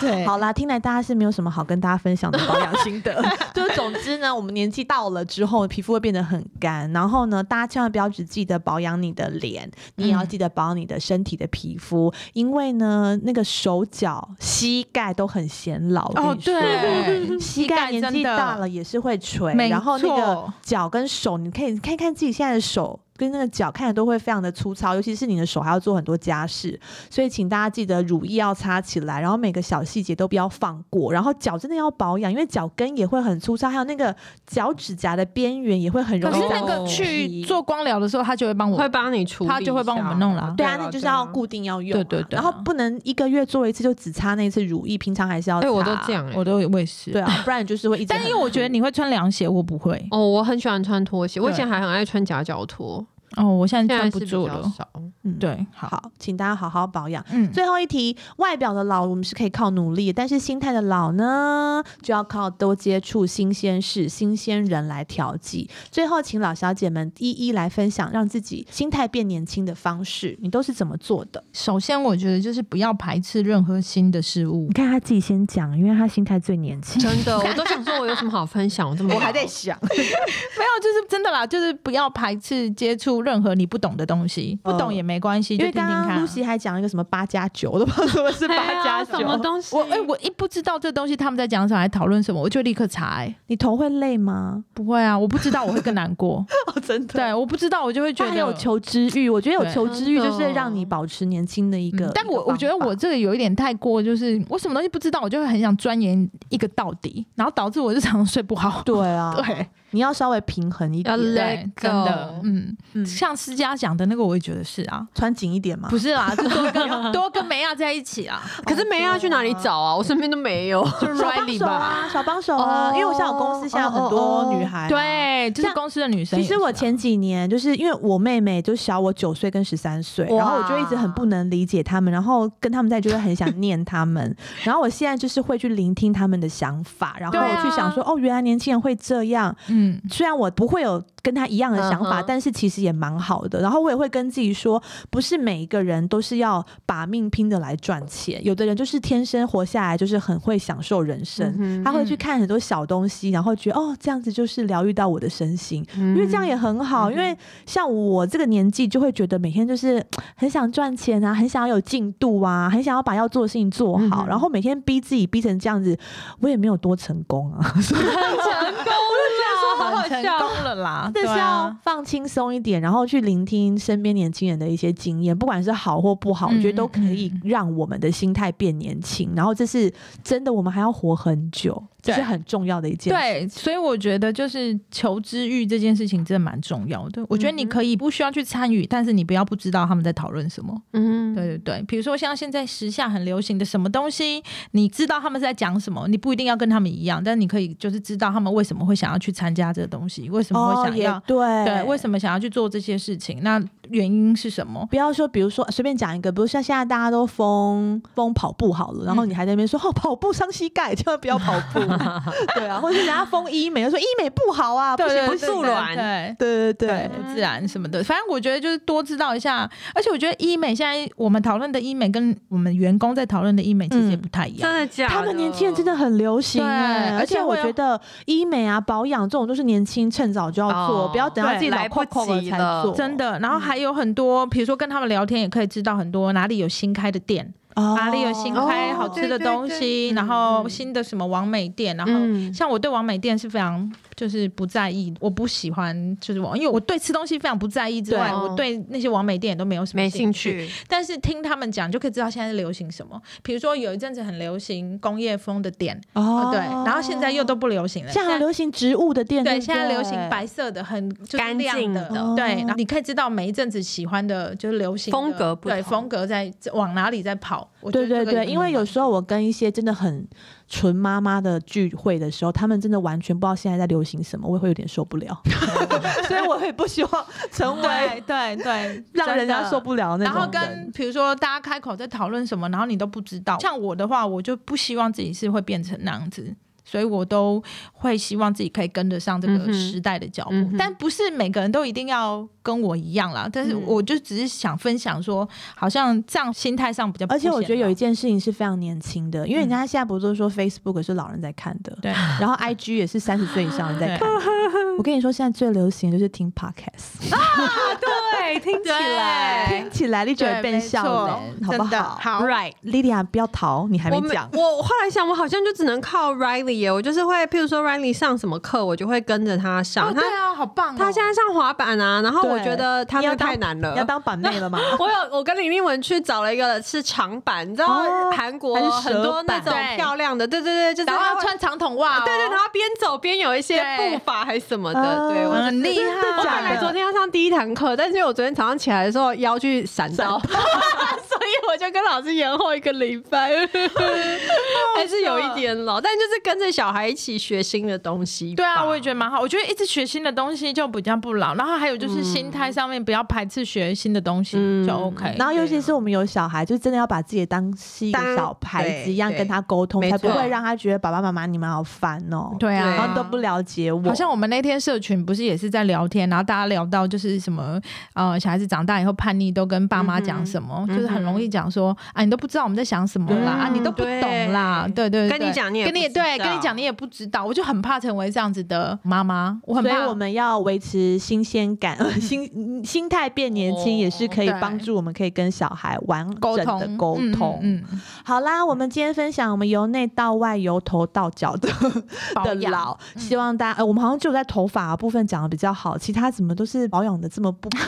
[SPEAKER 3] 对
[SPEAKER 1] 好啦，听来大家是没有什么好跟大家分享的保养心 得。就是总之呢，我们年纪到了之后，皮肤会变得很干。然后呢，大家千万不要只记得保养你的脸，你也要记得保养你的身体的皮肤，因为呢，那个手脚、膝盖都很显老。我
[SPEAKER 3] 哦
[SPEAKER 1] 跟，你说
[SPEAKER 3] 对，
[SPEAKER 1] 膝 盖年纪
[SPEAKER 3] 真的
[SPEAKER 1] 大了也是会垂，
[SPEAKER 3] 没
[SPEAKER 1] 然后那个
[SPEAKER 3] 错
[SPEAKER 1] 脚跟手，你可以看一看自己现在的手跟那个脚，看着都会非常的粗糙，尤其是你的手还要做很多家事，所以请大家记得乳液要擦起来，然后每个小细节都不要放过，然后脚真的要保养，因为脚跟也会很粗糙，还有那个脚指甲的边缘也会很容
[SPEAKER 3] 可
[SPEAKER 1] 易
[SPEAKER 3] 是那
[SPEAKER 1] 长
[SPEAKER 3] 个
[SPEAKER 1] 皮
[SPEAKER 3] 去做光疗的时候，他就会帮我
[SPEAKER 2] 会帮你处理一下，
[SPEAKER 3] 他就会帮我们弄啦
[SPEAKER 1] 对啊，那就是要固定要用啊、
[SPEAKER 3] 对对对
[SPEAKER 1] 然
[SPEAKER 3] 啊
[SPEAKER 1] 后不能一个月做一次就只擦那一次乳液，平常还是要
[SPEAKER 2] 哎、
[SPEAKER 1] 擦。
[SPEAKER 2] 我都这，样哎、
[SPEAKER 3] 我都我也是。
[SPEAKER 1] 对，啊，不然就是会一直很
[SPEAKER 3] 但
[SPEAKER 1] 痒。
[SPEAKER 3] 因为我觉得你会穿凉鞋，我不会。
[SPEAKER 2] 哦，我很喜欢穿拖鞋，我以前
[SPEAKER 3] 对
[SPEAKER 2] 还很爱穿夹脚拖，
[SPEAKER 3] 哦，我现在
[SPEAKER 2] 现在
[SPEAKER 3] 穿
[SPEAKER 2] 是
[SPEAKER 3] 不
[SPEAKER 2] 比
[SPEAKER 3] 住
[SPEAKER 2] 较
[SPEAKER 3] 了。
[SPEAKER 2] 少。
[SPEAKER 1] 嗯
[SPEAKER 3] 对，好，
[SPEAKER 1] 好，请大家好好保养。
[SPEAKER 3] 嗯，
[SPEAKER 1] 最后一题，外表的老我们是可以靠努力，但是心态的老呢，就要靠多接触新鲜事、新鲜人来调剂。最后，请老小姐们一一来分享让自己心态变年轻的方式，你都是怎么做的？
[SPEAKER 3] 首先我觉得就是不要排斥任何新的事物
[SPEAKER 1] 你。看她自己先讲，因为她心态最年 轻。
[SPEAKER 2] 真的，我都想说，我有什么好分享？我这么老
[SPEAKER 1] 想，
[SPEAKER 3] 没有，就是真的啦，就是不要排斥接触任何你不懂的东西，不懂也没关系，
[SPEAKER 1] 嗯因
[SPEAKER 3] 就
[SPEAKER 1] 为
[SPEAKER 3] 听听
[SPEAKER 1] 刚刚
[SPEAKER 3] 看
[SPEAKER 1] 露
[SPEAKER 3] 啊。
[SPEAKER 1] 西还讲一个什么八加九，我都不知道什么是
[SPEAKER 2] 对
[SPEAKER 1] 八
[SPEAKER 2] 啊
[SPEAKER 1] 加
[SPEAKER 2] 什么
[SPEAKER 1] 九。
[SPEAKER 2] 东西？
[SPEAKER 3] 我哎，我一不知道这东西他们在讲什么，还讨论什么，我就立刻查。哎，
[SPEAKER 1] 你头会累吗？
[SPEAKER 3] 不会啊，我不知道我会更难过。
[SPEAKER 1] 哦，真的。
[SPEAKER 3] 对，我不知道我就会觉
[SPEAKER 1] 她很
[SPEAKER 3] 得
[SPEAKER 1] 有求知欲，我觉得有
[SPEAKER 3] 对
[SPEAKER 1] 求知欲就是让你
[SPEAKER 2] 真的
[SPEAKER 1] 保持年轻的一个。
[SPEAKER 3] 嗯但
[SPEAKER 1] 一
[SPEAKER 3] 我
[SPEAKER 1] 个
[SPEAKER 3] 我觉得
[SPEAKER 1] 方法
[SPEAKER 3] 我这个有一点太过，就是我什么东西不知道，我就会很想钻研一个到底，然后导致我日常睡不好。
[SPEAKER 1] 对啊，
[SPEAKER 3] 对
[SPEAKER 1] 你要稍微平衡一
[SPEAKER 2] 要
[SPEAKER 1] 点，
[SPEAKER 2] let
[SPEAKER 3] 对，
[SPEAKER 2] go，
[SPEAKER 3] 真的，嗯，
[SPEAKER 1] 嗯，
[SPEAKER 3] 像思佳讲的那个，我也觉得是啊，
[SPEAKER 1] 穿紧一点嘛。
[SPEAKER 3] 不是啦，就多 跟多跟梅亚在一起啊，
[SPEAKER 2] 可是梅亚去哪里找啊？我身边都没有。
[SPEAKER 3] 就是 Riley
[SPEAKER 1] 手
[SPEAKER 3] 吧，
[SPEAKER 1] 啊，小帮手啊，
[SPEAKER 2] 哦
[SPEAKER 1] 因为我现在有公司现在有很多女孩、。啊
[SPEAKER 3] 对，啊就是
[SPEAKER 1] 像
[SPEAKER 3] 公司的女生
[SPEAKER 1] 哦其
[SPEAKER 3] 也是啊。
[SPEAKER 1] 实我前几年就是因为我妹妹就小我九岁跟十三岁，
[SPEAKER 2] 哇
[SPEAKER 1] 然后我就一直很不能理解他们，然后跟他们在就会很想念他 们，然后我现在就是会去聆听他们的想法，然后
[SPEAKER 3] 对啊
[SPEAKER 1] 我去想说、哦，原来年轻人会这样，
[SPEAKER 3] 嗯，
[SPEAKER 1] 虽然我不会有跟他一样的想法，
[SPEAKER 2] 嗯哼
[SPEAKER 1] 但是其实也蛮好的。然后我也会跟自己说，不是每一个人都是要把命拼的来赚钱，有的人就是天生活下来就是很会享受人生，
[SPEAKER 2] 嗯
[SPEAKER 1] 他
[SPEAKER 2] 哼
[SPEAKER 1] 会去看很多小东西，然后觉得哦，这样子就是疗愈到我的身心。因为这样也很好，
[SPEAKER 2] 嗯
[SPEAKER 1] 因为像我这个年纪，就会觉得每天就是嘖很想赚钱啊，很想要有进度啊，很想要把要做的事情做
[SPEAKER 2] 嗯
[SPEAKER 1] 好，
[SPEAKER 2] 哼
[SPEAKER 1] 然后每天逼自己逼成这样子，我也没有多成功啊。
[SPEAKER 2] 好好
[SPEAKER 3] 哦很成
[SPEAKER 2] 笑
[SPEAKER 3] 功了啦，
[SPEAKER 1] 但
[SPEAKER 3] 对
[SPEAKER 1] 是要
[SPEAKER 3] 啊，
[SPEAKER 1] 放轻松一点，然后去聆听身边年轻人的一些经验，不管是好或不好，
[SPEAKER 3] 嗯
[SPEAKER 1] 我觉得都可以
[SPEAKER 3] 嗯
[SPEAKER 1] 让我们的心态变年轻。然后这是真的，我们还要活很久，这
[SPEAKER 3] 对
[SPEAKER 1] 是很重要的一件事。
[SPEAKER 3] 对，所以我觉得就是求知欲这件事情真的蛮重要的。我觉得你
[SPEAKER 2] 嗯哼
[SPEAKER 3] 可以不需要去参与，但是你不要不知道他们在讨论什么。
[SPEAKER 2] 嗯
[SPEAKER 3] 对对对，比如说像现在时下很流行的什么东西，你知道他们在讲什么，你不一定要跟他们一样，但你可以就是知道他们为什么会想要去参加这个东西，为什么会
[SPEAKER 1] 哦，
[SPEAKER 3] 想
[SPEAKER 1] 也
[SPEAKER 3] 要、
[SPEAKER 1] 对，
[SPEAKER 3] 对，为什么想要去做这些事情。那原因是什么？
[SPEAKER 1] 不要说，比如说随便讲一个，比如像现在大家都疯疯跑步好了，
[SPEAKER 3] 嗯
[SPEAKER 1] 然后你还在那边说、哦跑步伤膝盖，千万不要跑步， 对啊，或者是人家疯医美，说医美不好啊，不行不
[SPEAKER 2] 对
[SPEAKER 1] 行
[SPEAKER 3] 对
[SPEAKER 2] 对，对
[SPEAKER 1] 对对对
[SPEAKER 3] 对，自然什么的，反正我觉得就是多知道一下。而且我觉得医美现在我们讨论的医美跟我们员工在讨论的医美其
[SPEAKER 1] 嗯
[SPEAKER 3] 实也不太一样。
[SPEAKER 2] 真的假的？
[SPEAKER 1] 他们年轻人真的很流行
[SPEAKER 3] 对
[SPEAKER 1] 哎、而
[SPEAKER 3] 而且
[SPEAKER 1] 且我
[SPEAKER 3] 会有
[SPEAKER 1] 觉得医美啊、保养这种都是年轻趁早就要做，
[SPEAKER 2] 哦
[SPEAKER 1] 不要等到
[SPEAKER 2] 对
[SPEAKER 1] 自己老
[SPEAKER 2] 来不
[SPEAKER 1] Coco 了
[SPEAKER 2] 及
[SPEAKER 1] 才
[SPEAKER 2] 了
[SPEAKER 1] 做，
[SPEAKER 3] 真的，然后还有很多，比如说跟他们聊天，也可以知道很多哪里有新开的店，
[SPEAKER 1] 哦
[SPEAKER 3] 哪里有新开
[SPEAKER 2] 哦
[SPEAKER 3] 好吃的
[SPEAKER 2] 对对
[SPEAKER 3] 东
[SPEAKER 2] 对
[SPEAKER 3] 西，
[SPEAKER 2] 嗯
[SPEAKER 3] 然后
[SPEAKER 2] 嗯
[SPEAKER 3] 新的什么王美店，然后
[SPEAKER 2] 嗯
[SPEAKER 3] 像我对王美店是非常就是不在意，我不喜欢就是王，因为我对吃东西非常不在意之外，
[SPEAKER 2] 对
[SPEAKER 3] 我对那些王美店也都没有什么
[SPEAKER 2] 没兴
[SPEAKER 3] 趣。
[SPEAKER 2] 趣，
[SPEAKER 3] 但是听他们讲就可以知道现在流行什么，比如说有一阵子很流行工业风的店，
[SPEAKER 1] 哦
[SPEAKER 3] 哦对，然后现在又都不流行了，
[SPEAKER 1] 现在还流行植物的店，
[SPEAKER 3] 对，
[SPEAKER 1] 不
[SPEAKER 3] 现在流行白色的，很就是
[SPEAKER 2] 干
[SPEAKER 3] 亮
[SPEAKER 2] 净
[SPEAKER 3] 的，
[SPEAKER 2] 的
[SPEAKER 3] 对。
[SPEAKER 1] 哦
[SPEAKER 3] 然后你可以知道每一阵子喜欢的，就是流行的
[SPEAKER 2] 风格不
[SPEAKER 3] 对
[SPEAKER 2] 同
[SPEAKER 3] 风格在往哪里在跑。我觉
[SPEAKER 1] 对
[SPEAKER 3] 得
[SPEAKER 1] 对
[SPEAKER 3] 这个也
[SPEAKER 1] 对，
[SPEAKER 3] 很
[SPEAKER 1] 因为有
[SPEAKER 3] 好
[SPEAKER 1] 时候我跟一些真的很纯妈妈的聚会的时候，他们真的完全不知道现在在流行什么，我也会有点受不 了，所以我也不希望成为
[SPEAKER 3] 对对对，
[SPEAKER 1] 让
[SPEAKER 3] 真
[SPEAKER 1] 人家
[SPEAKER 3] 的
[SPEAKER 1] 受。不了那
[SPEAKER 3] 然
[SPEAKER 1] 种
[SPEAKER 3] 后
[SPEAKER 1] 人
[SPEAKER 3] 跟比如说大家开口在讨论什么，然后你都不知道。像我的话，我就不希望自己是会变成那样子，所以我都会希望自己可以跟得上这
[SPEAKER 2] 嗯
[SPEAKER 3] 个
[SPEAKER 2] 哼
[SPEAKER 3] 时代的脚步。
[SPEAKER 2] 嗯哼嗯
[SPEAKER 3] 但不是每个人都一定要跟我一样啦。但是我就只是想分享说，好像这样心态上比较不
[SPEAKER 1] 而
[SPEAKER 3] 显
[SPEAKER 1] 且
[SPEAKER 3] 老。
[SPEAKER 1] 我觉得有一件事情是非常年轻的，因为人家现在不是说 Facebook 是老人在看的，
[SPEAKER 3] 嗯对。
[SPEAKER 1] 然后 IG 也是三十岁以上人在看的。我跟你说，现在最流行的就是听 Podcast，
[SPEAKER 2] 对，听起
[SPEAKER 3] 哎
[SPEAKER 1] 听起来你就会变笑脸，好不
[SPEAKER 3] 真的
[SPEAKER 1] 好？
[SPEAKER 3] 好
[SPEAKER 2] right。
[SPEAKER 1] ，Lilia 不要逃，你还没讲。
[SPEAKER 2] 我。我后来想，我好像就只能靠 Riley 耶，我就是会，譬如说 Riley 上什么课，我就会跟着他上。
[SPEAKER 3] 哦，对
[SPEAKER 2] 他
[SPEAKER 3] 啊，好棒、哦！
[SPEAKER 2] 他现在上滑板啊，然后我
[SPEAKER 1] 对
[SPEAKER 2] 觉得他
[SPEAKER 1] 你要
[SPEAKER 2] 那
[SPEAKER 1] 当
[SPEAKER 2] 太难
[SPEAKER 1] 要
[SPEAKER 2] 了。
[SPEAKER 1] 当板妹了吗？
[SPEAKER 2] 我有，我跟李立文去找了一个是长板，你知道
[SPEAKER 1] 哦
[SPEAKER 2] 韩国
[SPEAKER 1] 还是
[SPEAKER 2] 很
[SPEAKER 1] 蛇
[SPEAKER 2] 多那
[SPEAKER 1] 板
[SPEAKER 2] 种
[SPEAKER 3] 对
[SPEAKER 2] 漂亮的，对对对，就是
[SPEAKER 3] 然后
[SPEAKER 2] 他
[SPEAKER 3] 要
[SPEAKER 2] 会
[SPEAKER 3] 穿长筒袜、哦，
[SPEAKER 2] 对对，然后边走边有一些
[SPEAKER 3] 对
[SPEAKER 2] 步伐还是什么
[SPEAKER 1] 哦
[SPEAKER 2] 的，对 我
[SPEAKER 3] 很嗯厉害
[SPEAKER 2] 我本来昨天要上第一堂课，但是因为我昨天早上起来的时候腰去 闪到，所以我就跟老师延后一个礼 拜，还是有一点老，但就是跟着小孩一起学新的东西吧。
[SPEAKER 3] 对啊，我也觉得蛮好。我觉得一直学新的东西就比较不老，然后还有就是心态上面不要排斥学新的东西、
[SPEAKER 2] 嗯
[SPEAKER 3] 就 OK。
[SPEAKER 1] 然后，尤其是我们有小孩，就真的要把自己当是一个
[SPEAKER 2] 当
[SPEAKER 1] 小孩子一样
[SPEAKER 2] 对
[SPEAKER 1] 跟他沟通，
[SPEAKER 2] 没
[SPEAKER 1] 才不
[SPEAKER 2] 错
[SPEAKER 1] 会让他觉得爸爸妈妈你们好烦哦，
[SPEAKER 3] 对啊，
[SPEAKER 2] 对
[SPEAKER 1] 然后都不了解我。
[SPEAKER 3] 好像我们那天社群不是也是在聊天，然后大家聊到就是什么呃，小孩子长大以后叛逆都跟爸妈讲什么，就是很容易讲说啊，你都不知道我们在想什么啦，
[SPEAKER 1] 嗯
[SPEAKER 3] 啊，你都不懂啦，对对对，
[SPEAKER 2] 跟你讲你也
[SPEAKER 3] 跟你
[SPEAKER 2] 不知道
[SPEAKER 3] 对，跟你讲你也不知道，我就很怕成为这样子的妈妈，我很
[SPEAKER 1] 所以
[SPEAKER 3] 怕
[SPEAKER 1] 我们要维持新鲜感， 心心态变年轻，
[SPEAKER 2] 哦
[SPEAKER 1] 也是可以
[SPEAKER 3] 对
[SPEAKER 1] 帮助我们可以跟小孩完
[SPEAKER 3] 沟
[SPEAKER 1] 整
[SPEAKER 3] 通
[SPEAKER 1] 的沟通。
[SPEAKER 3] 嗯嗯嗯
[SPEAKER 1] 好啦，我们今天分享我们由内到外、由头到脚的
[SPEAKER 3] 保
[SPEAKER 1] 的
[SPEAKER 3] 养嗯
[SPEAKER 1] 老，希望大家、呃，我们好像只有在头发部分讲的比较好，其他怎么都是保养的这么 不 不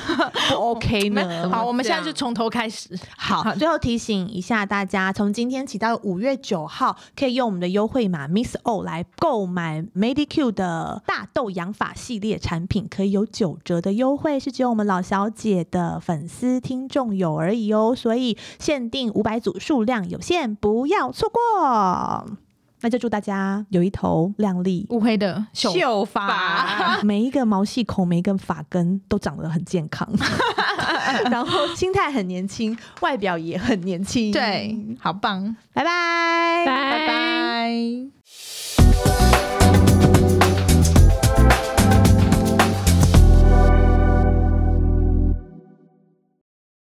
[SPEAKER 1] OK 呢？
[SPEAKER 3] 好，我们
[SPEAKER 2] 这
[SPEAKER 3] 现
[SPEAKER 2] 样
[SPEAKER 3] 在就从头开始。
[SPEAKER 1] 好，最后提醒一下大家，从今天起到五月九号，可以用我们的优惠码 Miss O 来购买 Medicure 的大豆养发系列产品，可以有九折的优惠，是只有我们老小姐的粉丝听众有而已哦，所以限定五百组，数量有限，不要错过。那就祝大家有一头靓丽，
[SPEAKER 3] 乌黑的
[SPEAKER 2] 秀发，啊
[SPEAKER 1] 每一个毛细孔、每一根发根都长得很健康，然后心态很年轻，外表也很年轻。
[SPEAKER 3] 对，好棒，
[SPEAKER 1] 拜拜，
[SPEAKER 2] 拜
[SPEAKER 3] 拜拜。